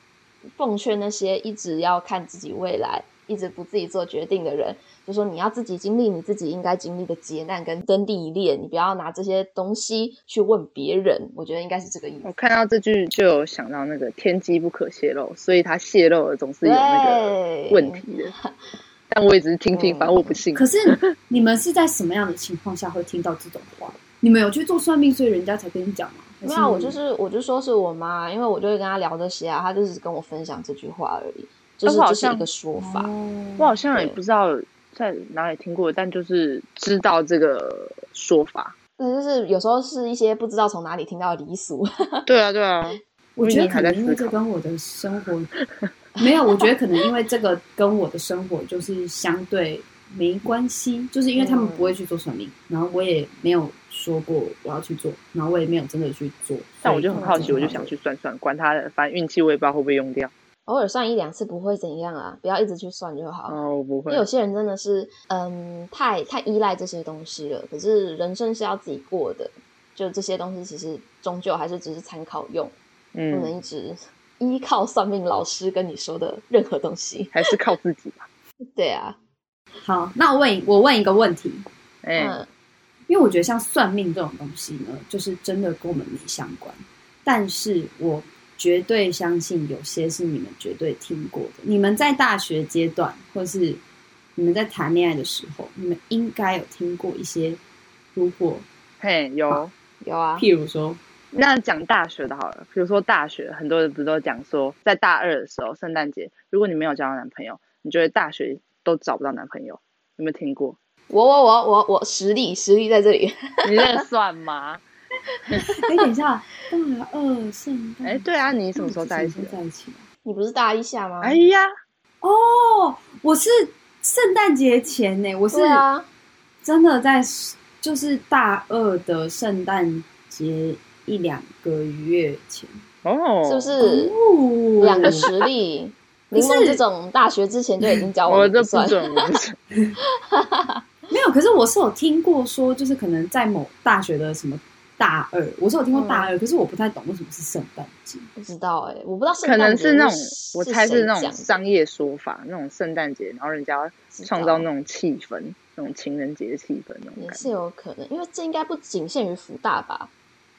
S1: 奉劝那些一直要看自己未来、一直不自己做决定的人，就说你要自己经历你自己应该经历的劫难跟灯历练，你不要拿这些东西去问别人。我觉得应该是这个意思。
S3: 我看到这句就有想到那个天机不可泄露，所以他泄露了总是有那个
S1: 对，
S3: 问题 的。但我也只是听听，
S1: 嗯
S3: 反正我不信。
S2: 可是你们是在什么样的情况下会听到这种话？你们有去做算命，所以人家才跟你讲吗？还
S1: 没有啊，我
S2: 你
S3: 嗯
S1: 就是我就说是我妈，因为我就会跟她聊这些啊，她就只是跟我分享这句话而已，就是
S3: 但我好
S1: 这是
S3: 像
S1: 一个说法。
S2: 哦
S3: 我好像也
S1: 对
S3: 不知道在哪里听过，但就是知道这个说法。
S1: 但就是有时候是一些不知道从哪里听到的离俗，
S3: 对啊，对啊，
S2: 我觉得
S3: 因为你
S2: 可
S3: 还在
S2: 能因为这
S3: 思考。
S2: 跟我的生活没有，我觉得可能因为这个跟我的生活就是相对没关系，就是因为他们
S1: 嗯
S2: 不会去做算命，然后我也没有说过我要去做，然后我也没有真的去做，所
S3: 但
S2: 以
S3: 我就很好奇，
S2: 可
S3: 我
S2: 能
S3: 就想去算算，管他的，反正运气我也不知道会不会用掉。
S1: 偶尔算一两次不会怎样啊，不要一直去算就好。
S3: 哦，我不
S1: 因
S3: 会
S1: 为。有些人真的是，嗯，太太依赖这些东西了。可是人生是要自己过的，就这些东西其实终究还是只是参考用，不能
S3: 嗯，
S1: 一直依靠算命老师跟你说的任何东西。
S3: 还是靠自己吧。
S1: 对啊，
S2: 好，那我问一我问一个问题，
S3: 哎，
S1: 嗯
S2: 因为我觉得像算命这种东西呢，就是真的跟我们没相关，但是我绝对相信有些是你们绝对听过的。你们在大学阶段，或是你们在谈恋爱的时候，你们应该有听过一些，如果
S3: 嘿，有。
S1: 有啊，
S2: 譬如 说，
S3: 那讲大学的好了，比如说大学，很多人不是都讲说，在大二的时候，圣诞节，如果你没有交到男朋友，你就会大学都找不到男朋友，有没有听过？
S1: 我我我我我实力实力在这里。
S3: 你这个算吗？
S2: 哎，等一下，大二圣诞，
S3: 哎，对啊，你什么时候在一起
S2: 什么时
S3: 的？
S2: 候在一起啊？
S1: 你不是大一下吗？
S3: 哎呀，
S2: 哦，我是圣诞节前呢，我是
S1: 对啊，
S2: 真的在就是大二的圣诞节一两个月前，
S3: 哦，
S1: 是不？是
S2: 哦
S1: 两个实力？
S2: 可
S1: 柠
S2: 是
S1: 檬这种大学之前就已经交往，
S3: 哦我这
S1: 不
S3: 不
S1: 算。
S3: 准，我不准。
S2: 没有，可是我是有听过说，就是可能在某大学的什么大二，我是有听过大
S1: 嗯
S2: 二，可是我不太懂为什么是圣诞节。
S1: 不知道哎、我不知道圣
S3: 可
S1: 诞节
S3: 能是那种，我猜
S1: 是
S3: 是那
S1: 谁
S3: 种
S1: 讲的
S3: 商业说法，那种圣诞节，然后人家
S1: 知道
S3: 创造那种气氛，那种情人节的气氛那种
S1: 也
S3: 感
S1: 是
S3: 觉。
S1: 有可能，因为这应该不仅限于福大吧？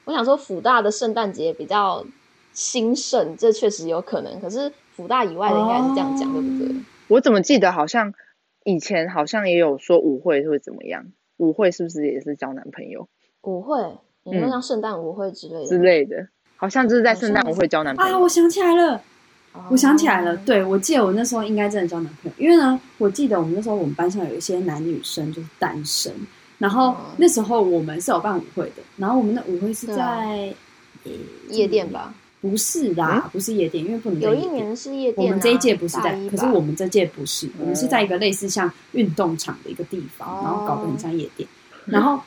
S1: 我想说福大的圣诞节比较兴盛，这确实有可能。可是福大以外的应该是这样讲，
S2: 哦
S1: 对不对？
S3: 我怎么记得好像以前好像也有说舞会会怎么样，舞会是不是也是交男朋友
S1: 舞会，你说
S3: 嗯
S1: 像圣诞舞会之类
S3: 之
S1: 的，
S3: 类的？好像就是在
S1: 好像
S3: 圣诞舞会交男朋
S2: 啊，
S3: 友。
S2: 我想起来了，
S1: 嗯哦
S2: 我想起来了，对我记得我那时候应该真的交男朋友，因为呢，我记得我们那时候我们班上有一些男女生就是单身，然后
S1: 嗯
S2: 那时候我们是有办舞会的，然后我们的舞会是
S1: 对
S2: 在、
S1: 啊
S2: 呃
S1: 夜店？吧，
S2: 不是啦，不是夜店，因为不能
S1: 嗯
S2: 在
S1: 有
S2: 夜
S1: 一
S2: 店
S1: 年是夜
S2: 我
S1: 店、啊，
S2: 们这一届不是
S1: 大
S2: 在
S1: 一，
S2: 可
S1: 吧
S2: 是我们这届不是，我们是在
S3: 哦
S2: 一个类似像运动场的一个地方，
S1: 哦
S2: 然后搞得很像夜店。然后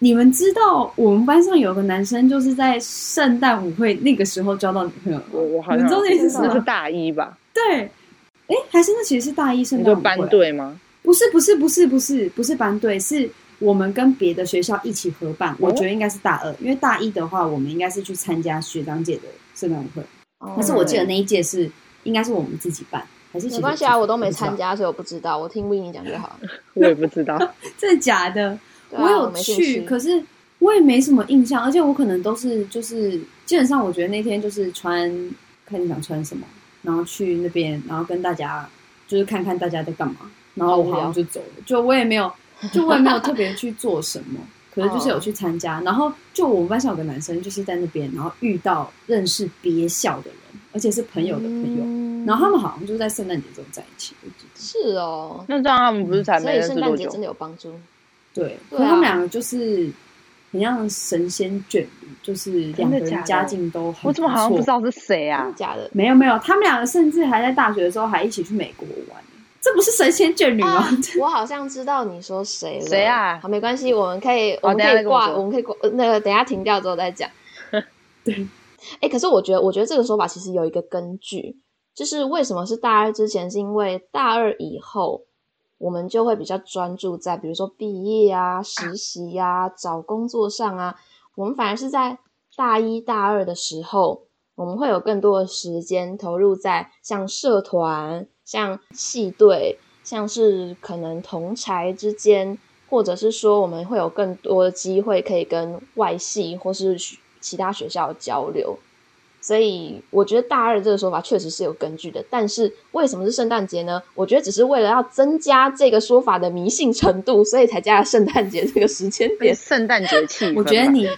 S2: 你们知道，我们班上有个男生就是在圣诞舞会那个时候交到女朋友吗，
S3: 我我好
S2: 你们
S3: 像
S2: 知道那是什
S3: 那是
S2: 么？
S3: 大一吧？
S2: 对，哎，还是那其实是大一圣
S3: 你
S2: 诞
S3: 说
S2: 舞会啊、
S3: 班队吗？
S2: 不是不是不是不是不是班队，是我们跟别的学校一起合办。
S3: 哦
S2: 我觉得应该是大二，因为大一的话，我们应该是去参加学长姐的圣诞舞会。
S1: 哦
S2: 可是我记得那一届是应该是我们自己办，还是其实
S1: 没关系啊，
S2: 我
S1: 我
S2: 自己
S1: 都没参，加，所以我不知道。我听 Winnie 讲就好。
S3: 我也不知 道。
S2: 不知道 真的假的？
S1: 对啊
S2: 我
S1: 我
S2: 有
S1: 没兴趣
S2: 去，可是我也没什么印象，而且我可能都是就是基本上，我觉得那天就是穿看你想穿什么，然后去那边，然后跟大家就是看看大家在干嘛，然后我好像就走了，就我也没有，就我也没有特别去做什么。可是
S1: 哦
S2: 就是有去参加，然后就我们班上有个男生就是在那边，然后遇到认识别校的人，而且是朋友的朋友，
S1: 嗯
S2: 然后他们好像就在圣诞节之后在一起，我记得。
S1: 是哦，
S3: 那这样他们不是才
S1: 所
S3: 没
S1: 以
S3: 认识
S1: 圣诞
S3: 多
S1: 节
S3: 久
S1: 真？的有帮助。
S2: 对，可
S1: 对啊
S2: 是他们两个就是很像神仙眷侣，就是两个
S3: 真的假
S2: 人
S3: 的
S2: 家境都很
S3: 我怎么好像不知
S2: 错？
S3: 道是谁
S1: 真的
S3: 啊？
S1: 假的？
S2: 没有没有，他们两个甚至还在大学的时候还一起去美国玩，这不是神仙眷侣吗？
S1: 啊我好像知道你说谁了。
S3: 谁啊
S1: 好，没关系，我们可以，我
S3: 好
S1: 们
S3: 等一下
S1: 可
S3: 再
S1: 以
S3: 跟我
S1: 挂，
S3: 说
S1: 我们可以挂呃那个，等一下停掉之后再 讲。
S2: 对。
S1: 哎、可是我觉得，我觉得这个说法其实有一个根据，就是为什么是大二之前，是因为大二以后，我们就会比较专注在，比如说毕业啊、实习呀、找工作上啊，我们反而是在大一大二的时候，我们会有更多的时间投入在像社团、像系队、像是可能同才之间，或者是说我们会有更多的机会可以跟外系或是其他学校交流。所以我觉得大二这个说法确实是有根据的，但是为什么是圣诞节呢？我觉得只是为了要增加这个说法的迷信程度，所以才加了圣诞节这个时间点。
S3: 圣诞节气氛吧。
S2: 我觉得你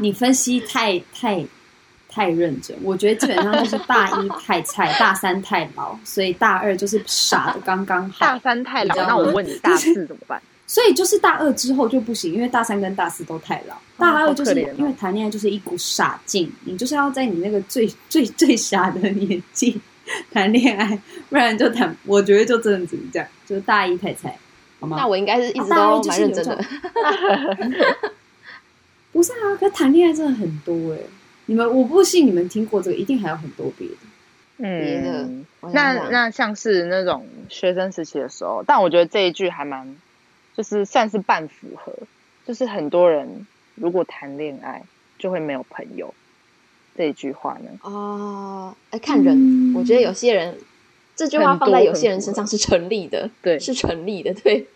S2: 你分析太太太认真，我觉得基本上就是大一太菜，大三太老，所以大二就是傻的刚刚
S3: 大
S2: 好。
S3: 三太老，
S2: 你知道
S3: 那
S2: 吗
S3: 我问你大四怎么办？
S2: 所以就是大二之后就不行，因为大三跟大四都太老。大二就是、
S3: 好可怜哦
S2: 因为谈恋爱就是一股傻劲，你就是要在你那个最 最最傻的年纪谈恋爱，不然就谈。我觉得就真的只能这样，就是大一太菜，好吗？
S1: 那我应该是一直
S2: 啊大
S1: 都
S2: 一就
S1: 蛮
S2: 是有
S1: 认真的
S2: 这。 不是啊，可是谈恋爱真的很多哎、你们我不信你们听过这个，一定还有很多别的。
S1: 别的
S3: 嗯，
S1: 我想
S3: 那
S1: 想
S3: 那像是那种学生时期的时候，但我觉得这一句还蛮，就是算是半符合，就是很多人如果谈恋爱就会没有朋友，这一句话呢，
S1: 哦，哎，看人，
S2: 嗯
S1: 我觉得有些人这句话
S3: 很多
S1: 放在有
S3: 很
S1: 些人
S3: 多
S1: 身上是成立的，
S3: 对
S1: 是成立的，对。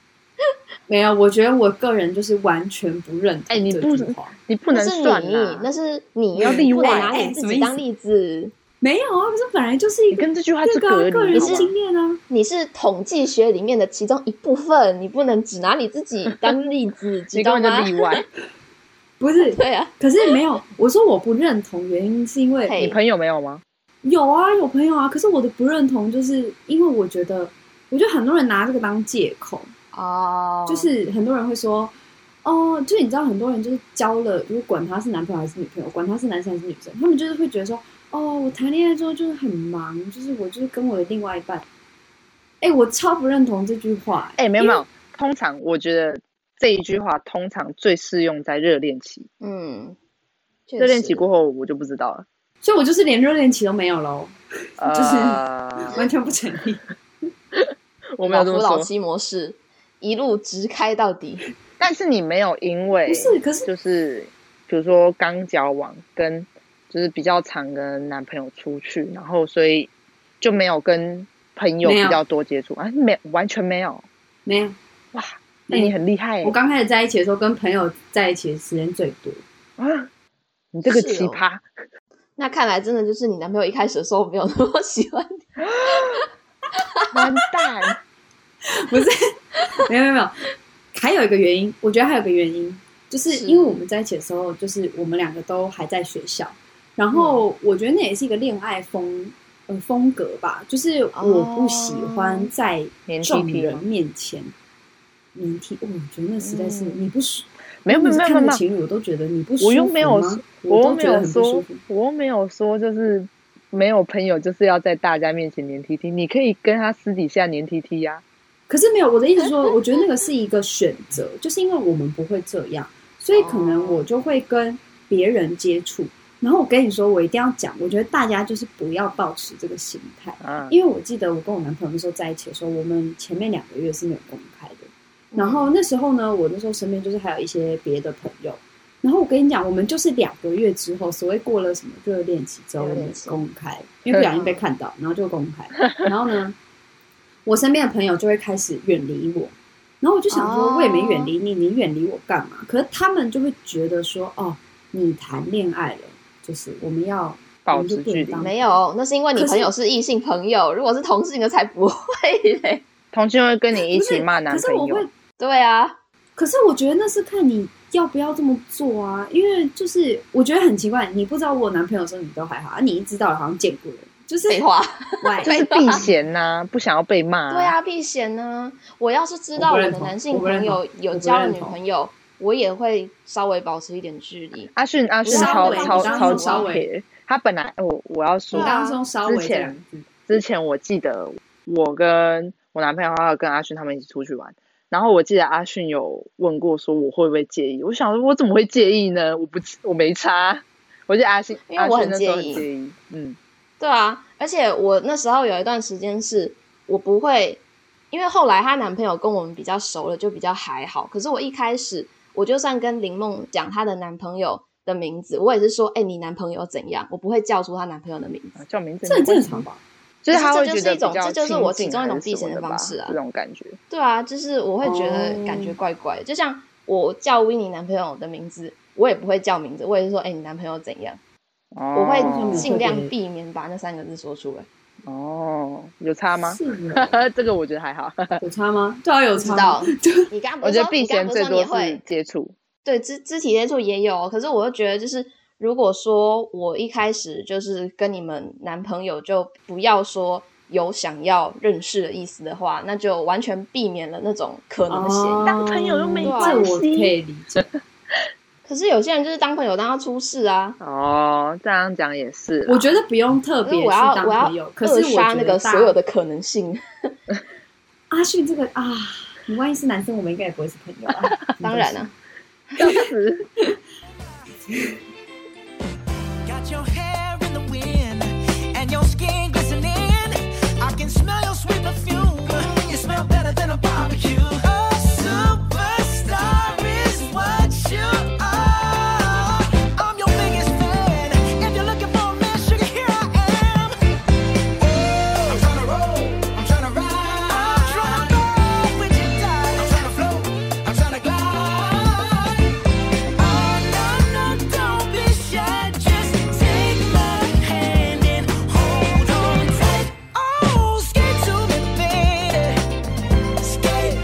S2: 没有，我觉得我个人就是完全不认同
S3: 哎你
S2: 这
S3: 不
S2: 句话。
S3: 你不能
S1: 那是
S3: 算啊
S1: 你
S3: 啦，，
S1: 那是你，
S3: 要例
S1: 你不能
S3: 外
S1: 拿
S2: 哎
S1: 你自
S2: 什么
S1: 己
S2: 意思
S1: 当例子。
S2: 没有啊，不是本来就是一
S3: 你
S2: 个
S3: 跟这句话是
S2: 这
S3: 隔
S2: 个个人
S3: 离，好吗
S2: 经验啊。
S1: 你是统计学里面的其中一部分，你不能只拿你自 己当例子，知
S3: 你
S1: 道
S3: 根本
S1: 吗
S3: 就？例外，
S2: 不是，
S1: 对啊，
S2: 可是没有。我说我不认同，原因是因为
S1: 嘿
S3: 你朋友没有吗？
S2: 有啊，有朋友啊。可是我的不认同，就是因为我觉得，我觉得很多人拿这个当借口，
S1: 哦，
S2: 就是很多人会说，哦，就是你知道，很多人就是交了，就是管他是男朋友还是女朋友，管他是男生还是女生，他们就是会觉得说，哦，我谈恋爱之后就是很忙，就是我就是跟我的另外一半，哎、我超不认同这句话、
S3: 哎、没有没有，通常我觉得这一句话通常最适用在热恋期，
S1: 嗯，确
S3: 热恋
S1: 实
S3: 期过后我就不知道了，
S2: 所以我就是连热恋期都没有喽，就是
S3: 呃，
S2: 完全不成立。
S3: 我没
S1: 老
S3: 有
S1: 夫
S3: 这么
S1: 老
S3: 说。
S1: 妻模式，一路直开到底。
S3: 但是你没有因为
S2: 不是，可是
S3: 就是比如说刚交往跟就是比较常跟男朋友出去，然后所以就没有跟朋友
S2: 没
S3: 比
S2: 有
S3: 较多接触啊，没完全没有
S2: 没有，
S3: 哇，那
S2: 没有
S3: 你很厉害、
S2: 我
S3: 欸、
S2: 刚开始在一起的时候，跟朋友在一起的时间最多。
S3: 啊，你这个
S1: 是哦
S3: 奇葩，
S1: 那看来真的就是你男朋友一开始的时候没有那么喜欢你，
S3: 完蛋，
S2: 不是，没有没有没有，还有一个原因，我觉得还有一个原因，就是
S1: 是
S2: 因为我们在一起的时候，就是我们两个都还在学校，然
S3: 嗯
S2: 后我觉得那也是一个恋爱风呃风格吧，就是我
S3: 哦
S2: 不喜欢在
S3: 黏 T
S2: 众
S3: T
S2: 人面前明体，哦我觉得那实在是、
S3: 嗯
S2: 你不舒，
S3: 没有没有没有
S2: 看
S3: 没
S2: 着
S3: 有，
S2: 情侣我都觉得你不舒服
S3: 我又没有
S2: 吗
S3: 说，
S2: 我
S3: 又
S2: 都
S3: 没
S2: 觉得
S3: 有
S2: 很不舒
S3: 说
S2: 服。，
S3: 我又没有说就是。没有朋友就是要在大家面前黏 T T，你可以跟他私底下黏 T T 啊呀、
S2: 可是没有，我的意思说，我觉得那个是一个选择，就是因为我们不会这样，所以可能我就会跟别人接触。然后我跟你说，我一定要讲，我觉得大家就是不要抱持这个心态，
S3: 啊。
S2: 因为我记得我跟我男朋友那时候在一起的时候，我们前面两个月是没有公开的。
S3: 嗯
S2: 然后那时候呢，我那时候身边就是还有一些别的朋友。然后我跟你讲，我们就是两个月之后，所谓过了什么热恋期之后，
S1: 热
S2: 我
S1: 恋
S2: 们
S1: 期
S2: 公开，因为不小
S3: 嗯
S2: 心被看到，然后就公 开。然后呢，我身边的朋友就会开始远离我。然后我就想
S1: 哦
S2: 说，我也没远离你，你远离我干嘛？可是他们就会觉得说，哦，你谈恋爱了，就是我们要
S3: 保
S2: 我们就
S3: 持
S2: 不能
S3: 距离
S2: 当
S1: 没有，那是因为你
S2: 可是
S1: 朋友是异性朋友，如果是同性的才 不会嘞。
S3: 同性会跟你一
S2: 不是
S3: 起骂男
S2: 可是
S3: 朋
S2: 我会
S3: 友，
S1: 对啊，
S2: 可是我觉得那是看你要不要这么做啊，因为就是我觉得很奇怪，你不知道我有男朋友的时候你都还好，啊、你一知道了好像见过人，就是
S1: 废话。
S2: 喂，
S3: 就是避嫌呐、不想要被骂、
S1: 对，啊，避嫌呢？我要是知道我
S2: 我不
S1: 的
S2: 认同
S1: 男性
S2: 我不认
S1: 朋友
S2: 同
S1: 有
S2: 我不
S1: 交了
S2: 认
S1: 女
S2: 同
S1: 朋友，我也会稍微保持一点距离。
S3: 阿迅阿迅
S1: 稍
S3: 啊超
S1: 微
S3: 超
S1: 你刚刚
S3: 超
S1: 说稍
S3: 级
S2: 微
S3: 铁，他本来我我要
S2: 你
S3: 说
S2: 刚，刚是用稍微这两个字，
S3: 之前我记得我跟我男朋友还有跟阿迅他们一起出去玩，然后我记得阿迅有问过说我会不会介意，我想说我怎么会介意呢？我不我没差，我记得阿信
S1: 因为
S3: 阿
S1: 我
S3: 迅那时候
S1: 很
S3: 很
S1: 介意
S3: 介意，嗯，
S1: 对啊，而且我那时候有一段时间是我不会，因为后来她男朋友跟我们比较熟了，就比较还好。可是我一开始，我就算跟林梦讲她的男朋友的名字，我也是说，哎、你男朋友怎样？我不会叫出她男朋友的名字。
S3: 啊叫名字
S2: 这很正常？吧？
S3: 就是他会
S1: 可
S3: 觉
S1: 是这就是
S3: 得
S1: 一种
S3: 比
S1: 这
S3: 较
S1: 就是我
S3: 亲
S1: 其
S3: 近
S1: 中一种
S3: 还是
S1: 避嫌的
S3: 什么吧
S1: 方式啊
S3: 这种感觉。
S1: 对啊，就是我会觉得
S2: 哦
S1: 感觉怪怪的，就像我叫维尼男朋友的名字，我也不会叫名字，我也是说，哎、你男朋友怎样？我
S3: 我
S1: 哦会
S2: 记
S1: 尽量避免把那三个字说出来。
S3: 哦，有 差吗？
S2: 是吗
S3: 这个我觉得还好，
S2: 有差吗？对啊，有
S1: 知
S2: 差
S1: 道
S2: 吗。就
S1: 你刚刚不
S3: 我
S1: 是
S3: 觉
S1: 说
S3: 得避
S1: 你刚
S3: 嫌
S1: 刚不
S3: 最
S1: 是说你
S3: 多
S1: 会
S3: 是接触。
S1: 对肢肢体接触也有，可是我又觉得就是，如果说我一开始就是跟你们男朋友就不要说有想要认识的意思的话，那就完全避免了那种可能的嫌疑。
S3: 当朋友又没
S2: 哦
S1: 关
S2: 这我可
S3: 系
S2: 以理解。
S1: 可是有些人就是当朋友当到出事啊，
S3: 哦，这样讲也是啦。
S2: 我觉得不用特
S1: 因
S2: 别
S1: 为我
S2: 去
S1: 要
S2: 当
S1: 我
S2: 朋
S1: 要
S2: 友，可是我
S1: 扼杀
S2: 觉
S1: 那
S2: 得
S1: 个
S2: 大嗯
S1: 所有的可能性。
S2: 阿迅这个啊，你万一是男生，我们应该也不会是朋友 啊。
S1: 当然了、
S3: 当时
S4: Got your hair in the wind and your skin glistening. I can smell your sweet perfume. You smell better than a barbecue. A superstar is what you are. I'm your biggest fan. If you're looking for a man, sugar, here I am. I'm tryna roll. Oh, I'm tryna ride. I'm tryna roll with you, darling. I'm tryna float. I'm tryna glide. Oh, no, no, don't be shy. Just take my hand and hold on tight. Oh, skate to me, baby. Skate.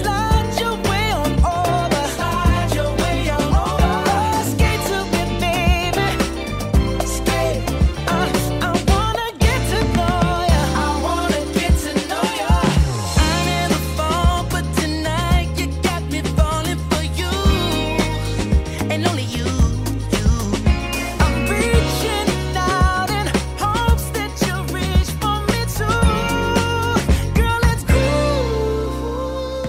S4: Slide your way on over. Slide your way on over. Skate to me, baby. Skate. I, I wanna get to know ya. I wanna get to know ya. I never fall, but tonight you got me falling for you, and only you, you. I'm reaching out in hopes that you reach for me too, girl. Let's groove.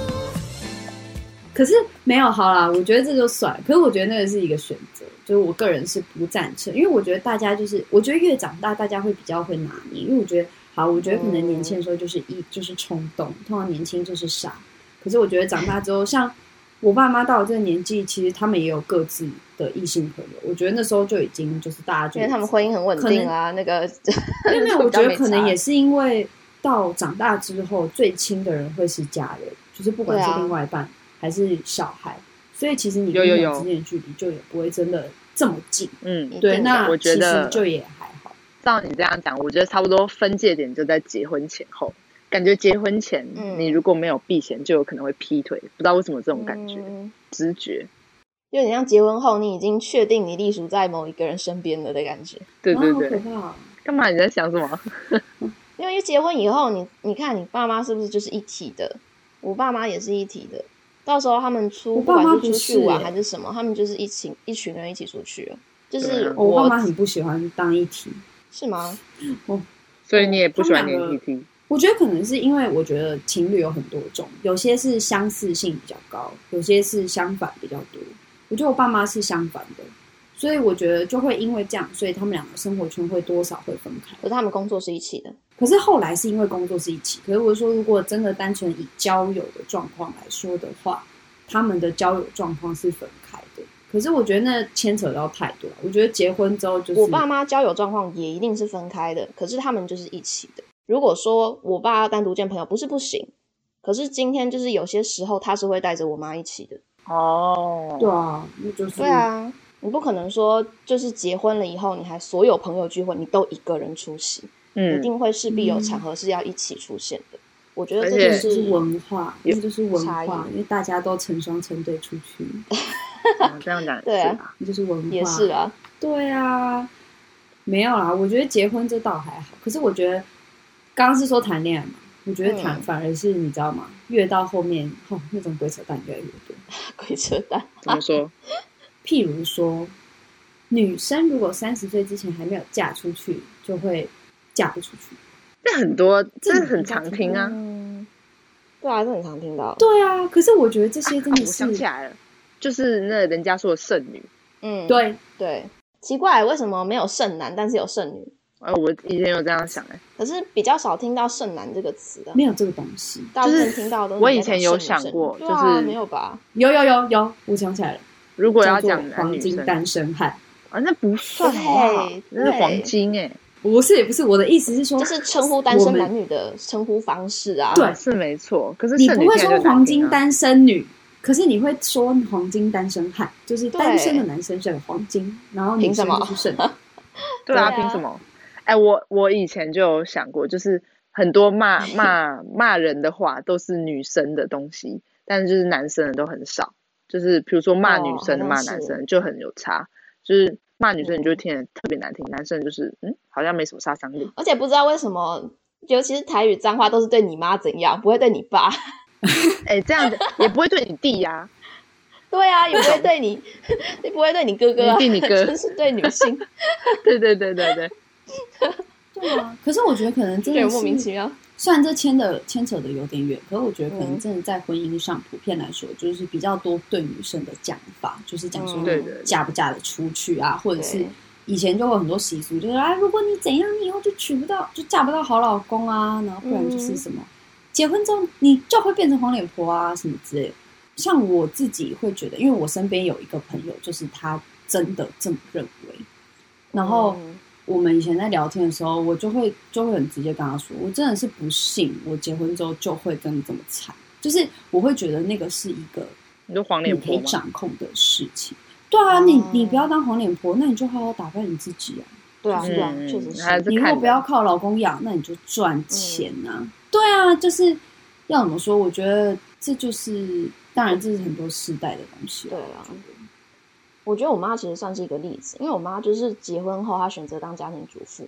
S2: 可是没有好啦，我觉得这就算了。可是我觉得那个是一个选择，就是我个人是不赞成，因为我觉得大家就是，我觉得越长大大家会比较会拿捏，因为我觉得好，我觉得可能年轻的时候就是一就是冲动，通常年轻就是傻。可是我觉得长大之后，像我爸妈到了这个年纪，其实他们也有各自的异性朋友，我觉得那时候就已经就是大家就
S1: 因为他们婚姻很稳
S2: 可
S1: 定
S2: 能
S1: 啊，那个
S2: 没有没 有，
S1: 就
S2: 我
S1: 比较
S2: 觉得
S1: 没
S2: 可能
S1: 差
S2: 也是因为到长大之后，最亲的人会是家人，就是不管
S1: 对啊
S2: 是另外一半、还是小孩，所以其实你
S3: 有
S2: 跟
S3: 有
S2: 我
S3: 有
S2: 之间的距离就也不会真的这么近。
S3: 嗯，
S2: 对，
S1: 定的
S2: 那
S3: 我觉
S2: 其实
S3: 得
S2: 就也还好。
S3: 照你这样讲，我觉得差不多分界点就在结婚前后。感觉结婚前，
S1: 嗯
S3: 你如果没有避嫌，就有可能会劈腿。不知道为什么这种感觉，
S1: 嗯
S3: 直觉。
S1: 有点像结婚后你已经确定你隶属在某一个人身边了的感觉。
S3: 对对
S2: 啊好
S3: 对，
S2: 可怕哦、
S3: 干嘛？你在想什么？
S1: 因为结婚以后，你你看你爸妈是不是就是一体的？我爸妈也是一体的。到时候他们出
S2: 我
S1: 不
S2: 爸妈
S1: 管是出去玩
S2: 不是欸
S1: 还是什么，他们就是一起一群人一起出去了。就是
S3: 对啊
S2: 我
S1: 我
S2: 爸妈很不喜欢当一体，
S1: 是吗？
S3: 所以你也不喜欢
S2: 他们
S3: 黏
S2: 两个
S3: T T。
S2: 我觉得可能是因为我觉得情侣有很多种，有些是相似性比较高，有些是相反比较多。我觉得我爸妈是相反的，所以我觉得就会因为这样，所以他们两个生活圈会多少会分开。
S1: 可是他们工作是一起的，
S2: 可是后来是因为工作是一起，可是我说如果真的单纯以交友的状况来说的话，他们的交友状况是分开的。可是我觉得那牵扯到太多了。我觉得结婚之后就是
S1: 我爸妈交友状况也一定是分开的，可是他们就是一起的。如果说我爸要单独见朋友，不是不行，可是今天就是有些时候他是会带着我妈一起的。
S3: 哦，
S2: 对啊，那就是
S1: 对，啊，你不可能说就是结婚了以后，你还所有朋友聚会你都一个人出席。一
S3: 嗯，
S1: 定会势必有场合是要一起出现的。我觉得
S3: 而
S1: 这
S3: 且
S1: 就
S2: 就是
S1: 是
S2: 文化，
S3: 有
S2: 那就是文
S1: 差异
S2: 化，因为大家都成双成对出去，
S3: 哦这样讲
S1: 对
S3: 也是
S1: 啊
S3: 啊。
S2: 那就是文化。
S1: 也是啊，
S2: 对啊，没有啦，我觉得结婚这倒还好，可是我觉得刚刚是说谈恋爱嘛，我觉得谈
S1: 嗯
S2: 反而是你知道吗？越到后面，哦，那种鬼扯淡越来越多。
S1: 鬼扯淡。
S3: 怎么说？
S2: 譬如说，女生如果三十岁之前还没有嫁出去，就会嫁不出去。
S3: 这很多，这
S2: 这
S3: 很常听啊。
S1: 嗯，对啊，这很常听到。
S2: 对啊，可是我觉得这些真
S3: 啊
S2: 的
S3: 我
S2: 是、
S3: 想起来了，就是那人家说的剩女。
S1: 嗯，
S2: 对，
S1: 对，奇怪，为什么没有剩男，但是有剩女？
S3: 呃，我以前有这样想哎、
S1: 可是比较少听到剩男这个词的，
S2: 没有这个东西。
S1: 大部分听到的都是
S3: 我
S1: 你
S3: 以
S1: 在讲
S3: 前有
S1: 剩女
S3: 想过
S1: 剩女对啊
S3: 就是
S1: 没有吧？
S2: 有有有有，我想起来了，
S3: 如果
S2: 叫
S3: 要
S2: 做
S3: 讲男
S2: 黄
S3: 女
S2: 金
S3: 生
S2: 单身汉，
S3: 啊，那不算好不好
S1: 对？
S3: 那是
S1: 对
S3: 黄金哎、
S2: 不是不是我的意思是说，
S1: 就是称呼单身
S2: 我们
S1: 男女的称呼方式啊。
S2: 对
S3: 是没错。可是
S2: 你
S3: 剩
S2: 不
S3: 女
S2: 会
S3: 现
S2: 说
S3: 在就难
S2: 黄
S3: 听
S2: 金
S3: 啊，
S2: 单身女，可是你会说黄金单身汉，就是
S1: 对
S2: 单身的男生是很黄金，然后女
S1: 凭什
S2: 生
S1: 么
S2: 就是剩女。
S3: 对啊，
S1: 对啊
S3: 凭什么？哎、我我以前就有想过，就是很 多骂骂骂人的话都是女生的东西，但是就是男生的都很少。就是比如说骂
S1: 哦
S3: 女生的、
S1: 好
S3: 骂
S1: 像
S3: 男
S1: 是
S3: 生的就很有差，就是骂女生你就会听得特别难听，男生就是嗯好像没什么杀伤力。
S1: 而且不知道为什么，尤其是台语脏话都是对你妈怎样，不会对你爸。
S3: 哎、这样子也不会对你弟呀、
S1: 对啊，也不会对你， 也不会对你哥哥、啊，
S3: 你弟你哥
S1: 就是对女 性，
S3: 对对对对对，
S2: 对啊，可是我觉得可能
S1: 就
S2: 真
S1: 觉
S2: 的
S1: 得莫名其
S2: 是，
S1: 妙。
S2: 虽然这牵的牵扯的有点远，可是我觉得可能
S1: 嗯
S2: 真的在婚姻上，普遍来说就是比较多对女生的讲法，就是讲说
S1: 嗯
S3: 对对对
S2: 嫁不嫁得出去啊，或者是
S1: 对
S2: 以前就有很多习俗，就是啊，如果你怎样，你以后就娶不到，就嫁不到好老公啊，然后不然
S1: 嗯
S2: 就是什么，结婚之后你就会变成黄脸婆啊，什么之类的。像我自己会觉得，因为我身边有一个朋友，就是他真的这么认为。然后
S1: 嗯
S2: 我们以前在聊天的时候，我就会就会很直接跟他说，我真的是不信我结婚之后就会跟你这么惨，就是我会觉得那个是一个
S3: 你说黄
S2: 你
S3: 脸
S2: 可
S3: 婆
S2: 以
S3: 吗？
S2: 掌控的事情。对啊，你
S1: 哦
S2: 你不要当黄脸婆，那你就好好打扮你自己啊。
S1: 对啊，
S3: 嗯
S1: 对啊，确实
S3: 还
S1: 是。
S3: 是
S2: 你如果
S3: 看人
S2: 不要靠老公养，那你就赚钱啊。
S1: 嗯
S2: 对啊，就是要怎么说？我觉得这就是，当然这是很多世代的东西、
S1: 对啊我觉得我妈其实算是一个例子，因为我妈就是结婚后，她选择当家庭主妇，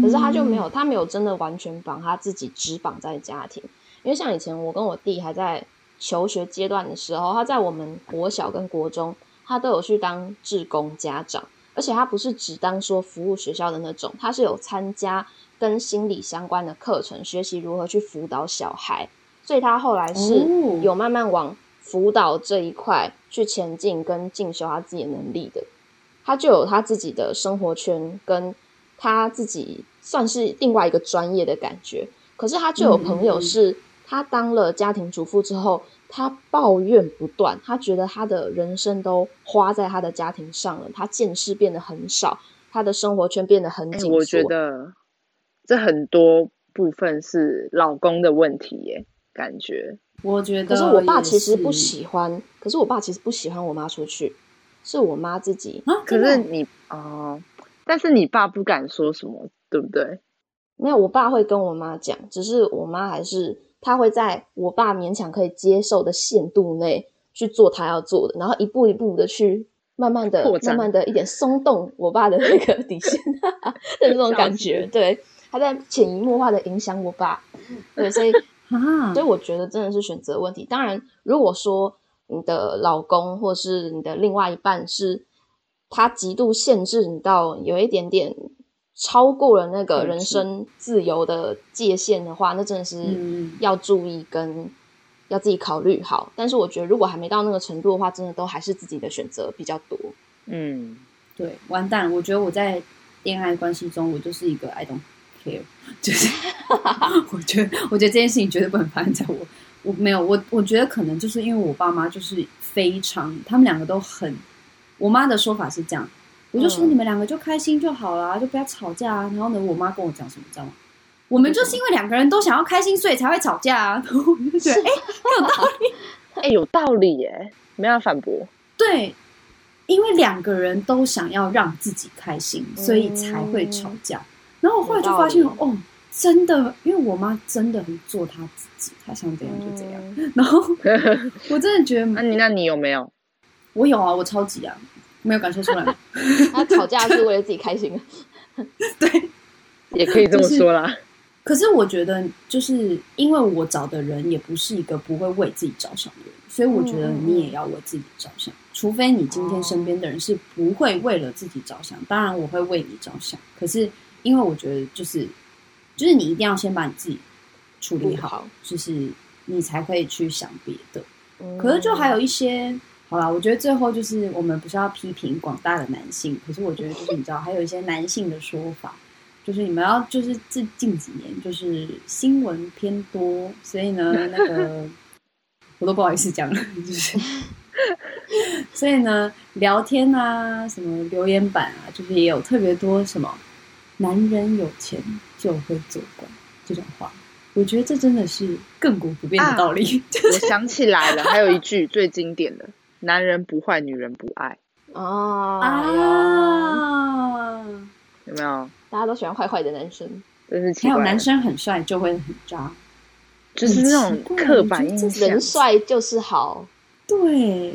S1: 可是她就
S2: 嗯
S1: 没有，她没有真的完全绑她自己，只绑在家庭。因为像以前我跟我弟还在求学阶段的时候，他在我们国小跟国中，他都有去当志工家长，而且他不是只当说服务学校的那种，他是有参加跟心理相关的课程，学习如何去辅导小孩，所以他后来是
S2: 哦
S1: 有慢慢往辅导这一块去前进跟进修他自己的能力的。他就有他自己的生活圈，跟他自己算是另外一个专业的感觉。可是他就有朋
S3: 嗯
S1: 友是，他当了家庭主妇之后，他抱怨不断，他觉得他的人生都花在他的家庭上了，他见识变得很少，他的生活圈变得很
S3: 哎、
S1: 紧缩。
S3: 我觉得这很多部分是老公的问题耶，感觉
S2: 我觉得，
S1: 可是我爸其实不喜欢，可是我爸其实不喜欢我妈出去，是我妈自己
S2: 啊。
S3: 可
S2: 真的
S3: 是
S2: 哦
S3: 你哦，但是你爸不敢说什么，对不对？
S1: 没有，我爸会跟我妈讲，只是我妈还是她会在我爸勉强可以接受的限度内去做她要做的，然后一步一步的去慢慢的
S3: 扩、展
S1: 慢慢的一点松动我爸的那个底 线的那种感觉，对，他在潜移默化的影响我爸，对，所以
S2: 啊，
S1: 所以我觉得真的是选择问题。当然，如果说你的老公或是你的另外一半是他极度限制你到有一点点超过了那个
S3: 嗯
S1: 人
S3: 是
S1: 生自由的界限的话，那真的是
S2: 嗯
S1: 要注意跟要自己考虑好。但是我觉得，如果还没到那个程度的话，真的都还是自己的选择比较多。
S3: 嗯，
S2: 对，完蛋！我觉得我在恋爱关系中，我就是一个 I don't care，就是我觉得，我觉得这件事情绝对不能发生在我。我没有，我我觉得可能就是因为我爸妈就是非常，他们两个都很。我妈的说法是这样，我就说
S1: 嗯
S2: 你们两个就开心就好啦，就不要吵架啊。然后呢，我妈跟我讲什么，你知道吗？我们就是因为两个人都想要开心，所以才会吵架啊。然后我就觉得，哎、
S3: 哎、有道理耶，没办法反驳。
S2: 对，因为两个人都想要让自己开心，所以才会吵架。然后我后来就发现，
S1: 嗯有道
S2: 哦，真的，因为我妈真的很做她自己，她想怎样就怎样。
S1: 嗯
S2: 然后我真的觉
S3: 那、
S2: 得，
S3: 你那你有没有？
S2: 我有啊，我超级啊，没有感受出来吗。
S1: 他吵架是为了自己开心，啊
S3: 也可以这么
S2: 就是
S3: 说啦。
S2: 可是我觉得，就是因为我找的人也不是一个不会为自己着想的人，所以我觉得
S1: 嗯嗯嗯
S2: 你也要为自己着想。除非你今天身边的人是不会为了自己着想，当然我会为你着想。可是因为我觉得，就是就是你一定要先把你自己处理好，
S1: 好。
S2: 就是你才可以去想别的。
S1: 嗯
S2: 可是就还有一些，好啦，我觉得最后就是我们不是要批评广大的男性，可是我觉得就是你知道，还有一些男性的说法，就是你们要就是这近几年就是新闻偏 多，所以呢，那个我都不好意思讲了，就是所以呢，聊天啊，什么留言板啊，就是也有特别多什么“男人有钱就会做官”这种话，我觉得这真的是亘古不变的道理。
S3: 我想起来了，还有一句最经典的：“男人不坏，女人不爱
S1: 哦，有
S2: 啊，”，
S3: 有没有？
S1: 大家都喜欢坏坏的男生，
S3: 真是奇
S2: 还有
S3: 怪了。
S2: 男生很帅就会很渣，
S3: 就是那
S2: 啊
S3: 种刻板印象，
S1: 人帅就是好，
S2: 对，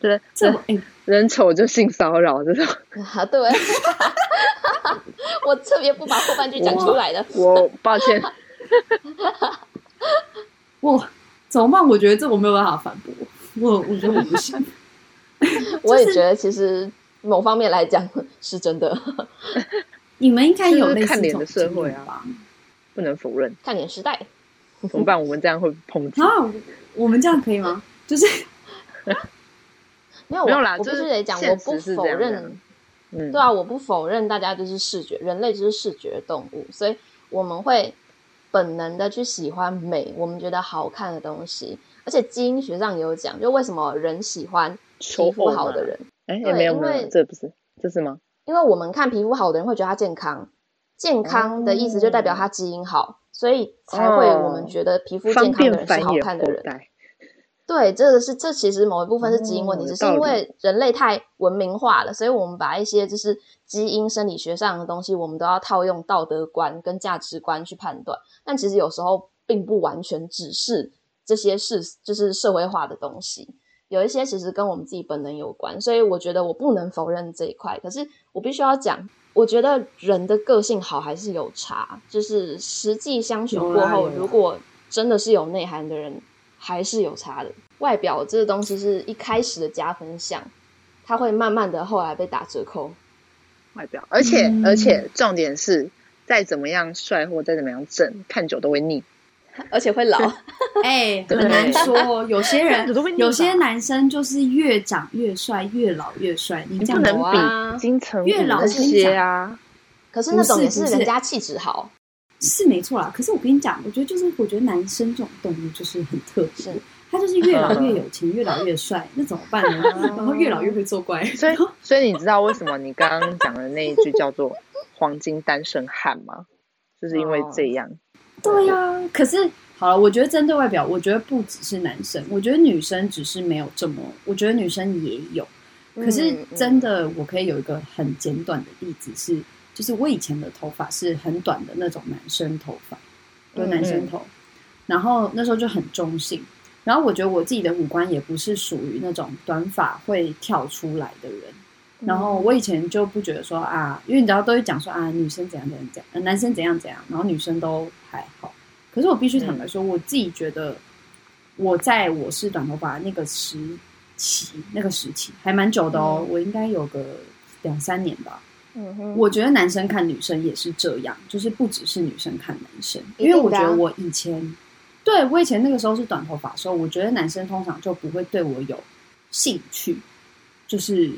S3: 人
S2: 这
S3: 人
S2: 么哎、
S3: 人丑就性骚扰这种。
S1: 啊，对， 我特别不把后半句讲出来的，
S3: 我 抱歉，
S2: 我怎么办？我觉得这我没有办法反驳，我我觉得我不行。
S1: 我也觉得其实某方面来讲是真的，
S2: 你们应该有
S3: 就是
S2: 类似
S3: 看脸
S2: 这种
S3: 的社会啊
S2: 经验吧？
S3: 不能否认。
S1: 看脸时代，
S3: 怎么办？我们这样会抨击？
S2: 啊，我我们这样可以吗？就是
S1: 没有
S3: 没有啦
S1: 我我必
S3: 就是
S1: 须得讲，我
S3: 现
S1: 不
S3: 实是
S1: 否
S3: 这样
S1: 认
S3: 的，嗯，
S1: 对啊，我不否认大家就是视觉，人类就是视觉动物，所以我们会本能的去喜欢美，我们觉得好看的东西。而且基因学上也有讲，就为什么人喜欢皮
S3: 丑
S1: 肤
S3: 偶
S1: 好
S3: 嘛
S1: 的人，
S3: 哎，
S1: 对
S3: 没有
S1: 因
S3: 没有，
S1: 为
S3: 这不是，这是吗？
S1: 因为我们看皮肤好的人会觉得他健康，健康的意思就代表他基因好，所以才会
S3: 哦
S1: 我们觉得皮肤
S3: 方
S1: 健康
S3: 便
S1: 的人
S3: 繁
S1: 是好
S3: 衍
S1: 看的
S3: 后
S1: 人。
S3: 代，
S1: 对，这个是这其实某一部分是基因问题，
S3: 哦
S1: 只是
S3: 有道
S1: 因
S3: 理
S1: 为人类太文明化了，所以我们把一些就是基因生理学上的东西，我们都要套用道德观跟价值观去判断。但其实有时候并不完全只是这些事，就是社会化的东西，有一些其实跟我们自己本能有关。所以我觉得我不能否认这一块，可是我必须要讲，我觉得人的个性好还是有差，就是实际相处
S2: 有
S1: 过
S2: 啦
S1: 后，
S2: 有啦
S1: 如果真的是有内涵的人，还是有差的。外表这个东西是一开始的加分项，它会慢慢的后来被打折扣。
S3: 外表，而且
S2: 嗯
S3: 而且重点是，再怎么样帅或再怎么样正，看久都会腻。
S1: 而且会老，
S2: 哎、
S3: 对
S2: 很难说。有些
S3: 有的会
S2: 人，
S3: 腻吧
S2: 有些男生就是越长越帅，越老越帅。你
S3: 你
S2: 这
S3: 不
S2: 样
S3: 能
S1: 有啊
S3: 比金城武
S2: 月老
S3: 那
S2: 是
S3: 些啊，
S1: 可是那种也是
S2: 不是不是
S1: 人家气质好，
S2: 是没错啦。可是我跟你讲，我觉得就是，我觉得男生这种动物就是很特
S1: 是
S2: 别，他就是越 老越有钱，越老越帅，那怎么办呢？然后越老越会作怪。
S3: 所以所以你知道为什么你刚刚讲的那一句叫做“黄金单身汉”吗？就是因为这样，
S2: 哦对呀、可是好了，我觉得针对外表，我觉得不只是男生，我觉得女生只是没有这么，我觉得女生也有。可是
S1: 嗯
S2: 真的，我可以有一个很简短的例子是，就是我以前的头发是很短的那种男生头发，就
S1: 嗯
S2: 男生头，然后那时候就很中性。然后我觉得我自己的五官也不是属于那种短发会跳出来的人，然后我以前就不觉得说啊，因为你知道都会讲说啊，女生怎样怎样怎样，呃男生怎样怎样，然后女生都还好。可是我必须坦白说，我自己觉得我在我是短头发那个时期，那个时期还蛮久的哦，我应该有个两三年吧。
S1: 嗯哼，
S2: 我觉得男生看女生也是这样，就是不只是女生看男生，
S1: 一
S2: 因为
S1: 定
S2: 我
S1: 的
S2: 觉
S1: 啊
S2: 得我以前，对我以前那个时候是短头发的时候，我觉得男生通常就不会对我有兴趣，就是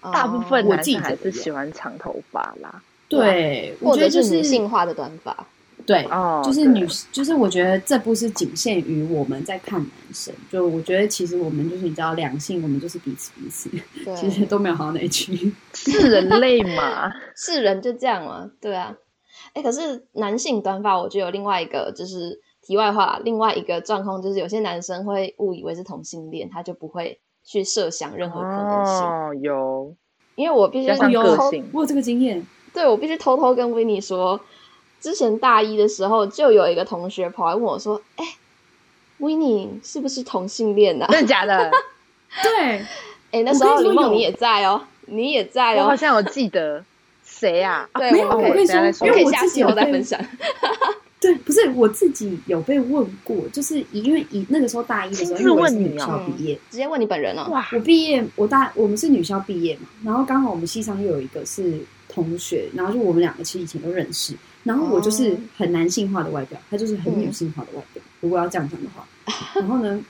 S1: 哦
S3: 大部分
S2: 我
S3: 男
S2: 自己
S3: 生还
S2: 觉得
S3: 是
S2: 有
S3: 喜欢长头发啦。
S2: 对，
S1: 或
S2: 我觉
S1: 者
S2: 得就是
S1: 女性化的短发，
S2: 对，
S3: 哦，
S2: 就是
S3: 对
S2: 女， 就是我觉得这不是仅限于我们在看男生，就我觉得其实我们就是你知道两性，我们就是彼此彼此，
S1: 对，
S2: 其实都没有好到哪里去。
S3: 是人类 嘛？
S1: 是人就这样嘛，对啊。哎，可是男性短发，我觉得有另外一个就是题外话，另外一个状况就是有些男生会误以为是同性恋，他就不会去设想任何可能性。
S3: 哦，有
S1: 因为我必须
S3: 加上
S2: 有
S3: 个
S1: 偷
S3: 性，
S2: 我有这个经验，
S1: 对我必须偷偷跟维尼说，之前大一的时候就有一个同学跑来问我说：“哎、维尼是不是同性恋呐、啊
S3: 真的假的？
S2: 对，
S1: 哎、那时候
S2: 我跟你说
S1: 林梦
S2: 有
S1: 你也在哦，你也在
S3: 我好
S1: 哦。
S3: 像有记得谁啊？啊
S1: 对，
S2: 没有
S1: 我
S2: 我
S1: 们可
S2: 跟
S1: 以
S2: 你
S3: 等一下再
S2: 说，
S3: 说
S2: 因
S1: 可
S2: 为
S1: 以
S2: 我
S1: 下
S2: 自己
S1: 期
S2: 有
S1: 后再
S2: 被
S1: 分享。
S2: 对，不是我自己有被问过，就是因为以那个时候大一的时候，
S3: 亲自
S2: 因为我是
S3: 问你嗯
S2: 女
S3: 哦
S2: 校毕业，
S1: 直接问你本人哦。
S3: 哇，
S2: 我毕业，我大我们是女校毕业嘛，然后刚好我们系上又有一个是同学，然后就我们两个其实以前都认识，然后我就是
S1: 哦
S2: 很男性化的外表，他就是很女性化的外表，如果要这样讲的 话，然后呢，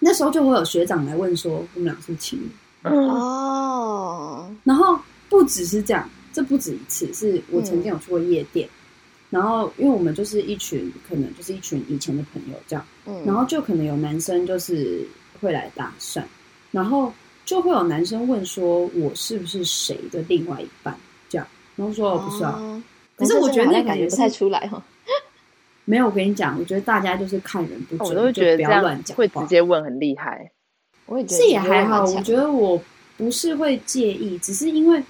S2: 那时候就会有学长来问说我们俩是不是情侣，
S3: 嗯
S1: 哦，
S2: 然后不只是这样，这不止一次，是我曾
S3: 嗯
S2: 经有去过夜店，然后因为我们就是一群可能就是一群以前的朋友这样。
S1: 嗯，
S2: 然后就可能有男生就是会来搭讪，然后就会有男生问说我是不是谁的另外一半这样，然后说我不是啊，
S1: 哦
S2: 可是我觉得
S1: 好
S2: 那
S1: 像
S2: 个
S1: 感觉
S2: 也
S1: 不
S2: 是
S1: 太出来哦哈。
S2: 没有。我跟你讲，我觉得大家就是看人不准，
S3: 哦我都会
S2: 就
S3: 觉
S2: 不
S3: 得这
S2: 要乱
S3: 样
S2: 讲话，
S3: 会直接问很厉害。
S1: 我也觉得
S2: 这也还好，
S1: 其实
S2: 我
S1: 蛮
S2: 觉得我不是会介意，只是因为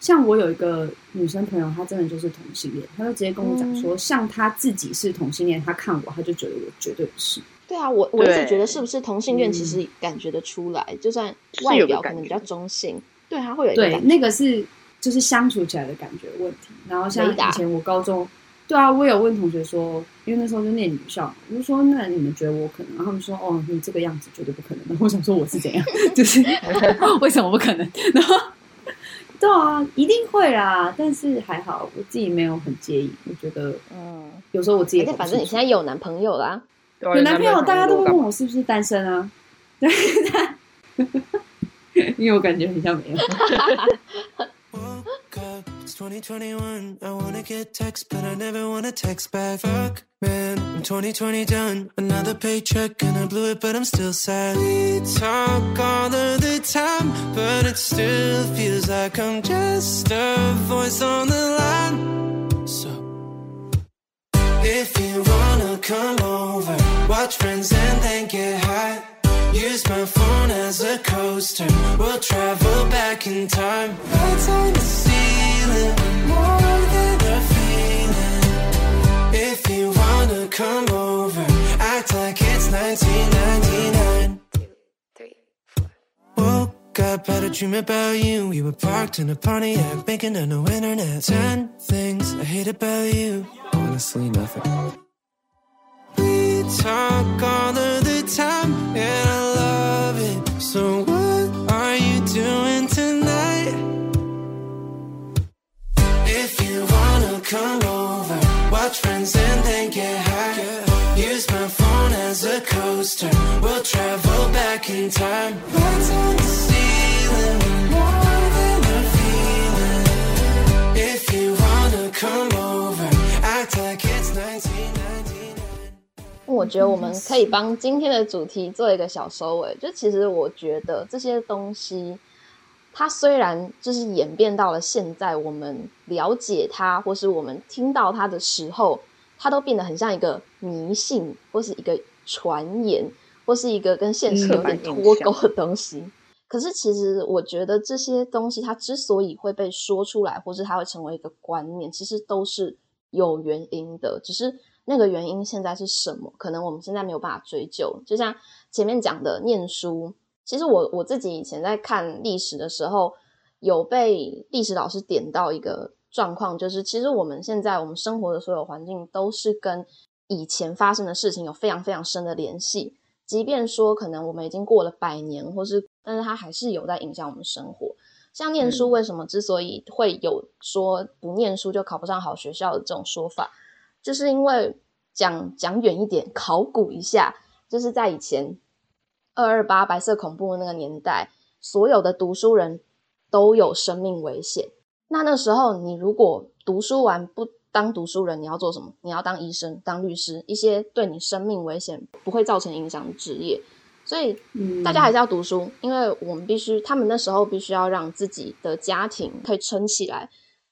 S2: 像我有一个女生朋友，她真的就是同性恋，她就直接跟我讲说，
S3: 嗯
S2: 像她自己是同性恋，她看我，她就觉得我绝对不是。
S1: 对啊，我我一直
S3: 对
S1: 觉得是不是同性恋
S2: 嗯
S1: 其实感觉得出来，就算
S3: 是
S1: 外
S3: 有个
S1: 表可
S3: 感
S1: 能比
S3: 觉
S1: 较中性，对他会有一个
S2: 对，
S1: 感觉。
S2: 那个是就是相处起来的感觉问题。然后像
S1: 雷达
S2: 以前我高中，对啊，我有问同学说，因为那时候就念女校嘛，我就说那你们觉得我可能？然后他们说哦，你这个样子绝对不可能。然后 我想说我是怎样，就是 为什么不可能？ 然后对啊，一定会啦，但是还好我自己没有很介意，我觉得
S1: 嗯，
S2: 有时候我自己也
S1: 而且
S2: 搞不
S1: 反正你
S2: 清楚
S1: 现在有男朋友啦，
S3: 对啊
S2: 有男朋友，大家都会
S3: 干
S2: 问
S3: 嘛
S2: 我是不是单身啊。 因为我感觉很像没有。
S5: Woke up, it's 2021. I wanna get text, but I never wanna text back. Fuck, man, I'm 2020 done. Another paycheck and I blew it, but I'm still sad. We talk all of the time, but it still feels like I'm just a voice on the line. So, if you wanna come over, watch friends and then get high. Use my phone as a coaster. We'll travel back in time. Lights on the ceiling, more than a feeling. If you wanna come over, act like it's 1999. Woke up, had a dream about you. We were parked in a Pontiac, making a no internet. Ten things I hate about you. Honestly, nothing. We talk all of the time, and I love it. So, what are you doing tonight? If you wanna come over, watch friends and then get high. Use my phone as a coaster. We'll travel back in time. Lights on the ceiling, more than a feeling. If you wanna come over, act like it's 1999.
S1: 我觉得我们可以帮今天的主题做一个小收尾。就其实我觉得这些东西，它虽然就是演变到了现在，我们了解它或是我们听到它的时候，它都变得很像一个迷信或是一个传言，或是一个跟现实有点脱钩的东西。可是其实我觉得这些东西它之所以会被说出来，或是它会成为一个观念，其实都是有原因的，只是那个原因现在是什么，可能我们现在没有办法追究。就像前面讲的，念书，其实我我自己以前在看历史的时候，有被历史老师点到一个状况，就是其实我们现在我们生活的所有环境都是跟以前发生的事情有非常非常深的联系。即便说可能我们已经过了百年，或是，但是它还是有在影响我们生活。像念书，为什么之所以会有说不念书就考不上好学校的这种说法，就是因为讲讲远一点，考古一下，就是在以前二二八白色恐怖的那个年代，所有的读书人都有生命危险。那那时候，你如果读书完不当读书人，你要做什么？你要当医生、当律师，一些对你生命危险不会造成影响的职业。所以
S2: 嗯
S1: 大家还是要读书，因为我们必须，他们那时候必须要让自己的家庭可以撑起来，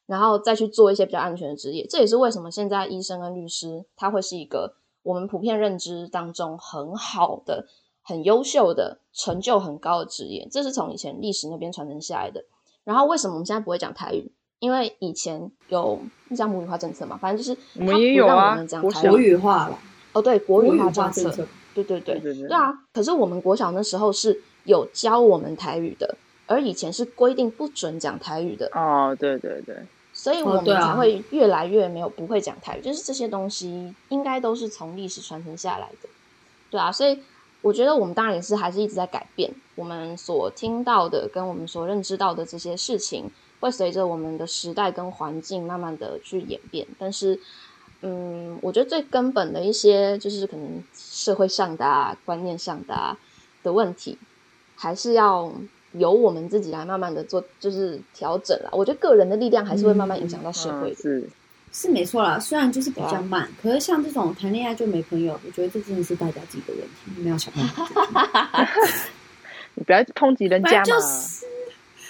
S1: 然后再去做一些比较安全的职业。这也是为什么现在医生跟律师他会是一个我们普遍认知当中很好的、很优秀的、成就很高的职业。这是从以前历史那边传承下来的。然后为什么我们现在不会讲台语？因为以前有那叫母语化政策嘛，反正就是
S3: 我们
S1: 它
S3: 也
S1: 不
S3: 有
S1: 让
S3: 啊
S1: 我们讲
S3: 国
S1: 台
S3: 小
S2: 国语化了，
S1: 哦，对，国
S2: 国
S1: 语
S2: 语
S1: 化
S2: 化政
S1: 策，
S2: 策。
S1: 对对对，
S3: 对对对
S1: 啊。可是我们国小那时候是有教我们台语的，而以前是规定不准讲台语的，
S3: 哦，对对对，
S1: 所以
S2: 哦
S1: 我们
S2: 对啊
S1: 才会越来越没有不会讲台语。就是这些东西应该都是从历史传承下来的，对啊。所以我觉得我们当然也是还是一直在改变，我们所听到的跟我们所认知到的这些事情，会随着我们的时代跟环境慢慢的去演变，但是。嗯，我觉得最根本的一些就是可能社会上的、啊、观念上的、啊、的问题，还是要由我们自己来慢慢的做，就是调整啦。我觉得个人的力量还是会慢慢影响到社会
S3: 嗯
S1: 的。
S3: 是
S2: 是没错啦，虽然就是比
S1: 对
S2: 较
S1: 啊
S2: 慢，可是像这种谈恋爱就没朋友，我觉得这真的是大家自己的问题，你们要想办法解决。
S3: 你不要抨击人
S2: 反
S3: 家
S2: 正
S3: 嘛。
S2: 就是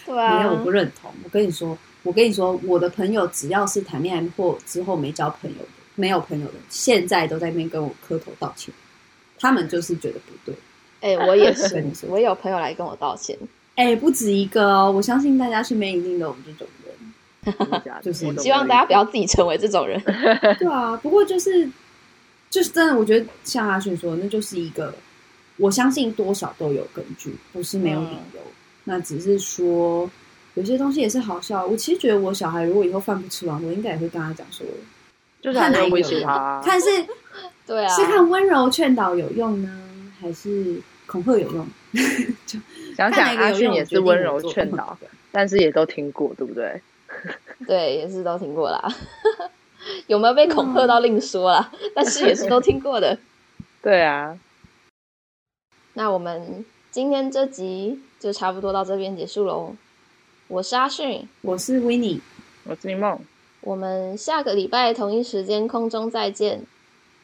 S1: 对
S2: 没
S1: 啊
S2: 有，我，不认同。我跟你说，我跟你说，我的朋友只要是谈恋爱或之后没交朋友的，没有朋友的，现在都在那边跟我磕头道歉。他们就是觉得不对。
S1: 哎、我也是
S2: 跟你，说
S1: 我也有朋友来跟我道歉，
S2: 哎，不止一个哦，我相信大家身边一定都有这种人。
S3: 真的假的
S2: 就是
S3: 我懂
S1: 希望
S3: 你
S1: 大家不
S3: 的
S1: 要自己成为这种人。
S2: 对啊，不过就是就是真的，我觉得像阿迅说的，那就是一个我相信多少都有根据，不是没有
S1: 嗯
S2: 理由。那只是说有些东西也是好笑。我其实觉得我小孩如果以后饭不吃完，我应该也会跟他讲说，
S3: 意思就是
S2: 看哪
S3: 还没
S2: 一
S3: 有
S2: 个
S3: 威胁
S2: 人
S3: 他啊，
S2: 看是
S1: 对啊，
S2: 是看温柔劝导有用呢，还是恐吓有用？就
S3: 想
S2: 看
S3: 想
S2: 哪
S3: 阿
S2: 个有用
S3: 迅也是温柔劝导，，但是也都听过，对不对？
S1: 对，也是都听过啦。有没有被恐吓到另说啦，但是也是都听过的。
S3: 对啊，
S1: 那我们今天这集就差不多到这边结束喽。我是阿迅，
S2: 我是 w i n n i e
S3: 我是林梦，
S1: 我们下个礼拜同一时间空中再见，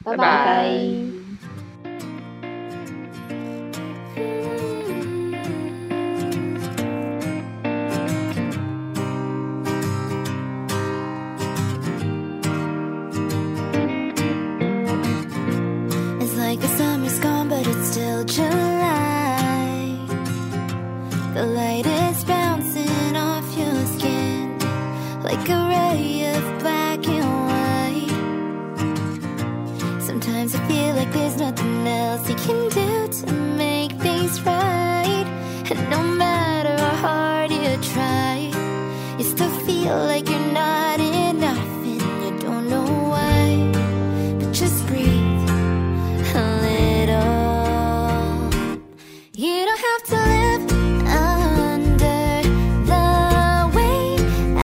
S1: 拜
S3: 拜拜
S6: It's like the summer's gone, but it's still July. The light is bouncing off your skin like a ray of black and white. Sometimes I feel like there's nothing else you can do to make things right. And no matter how hard you try, you still feel like you're not.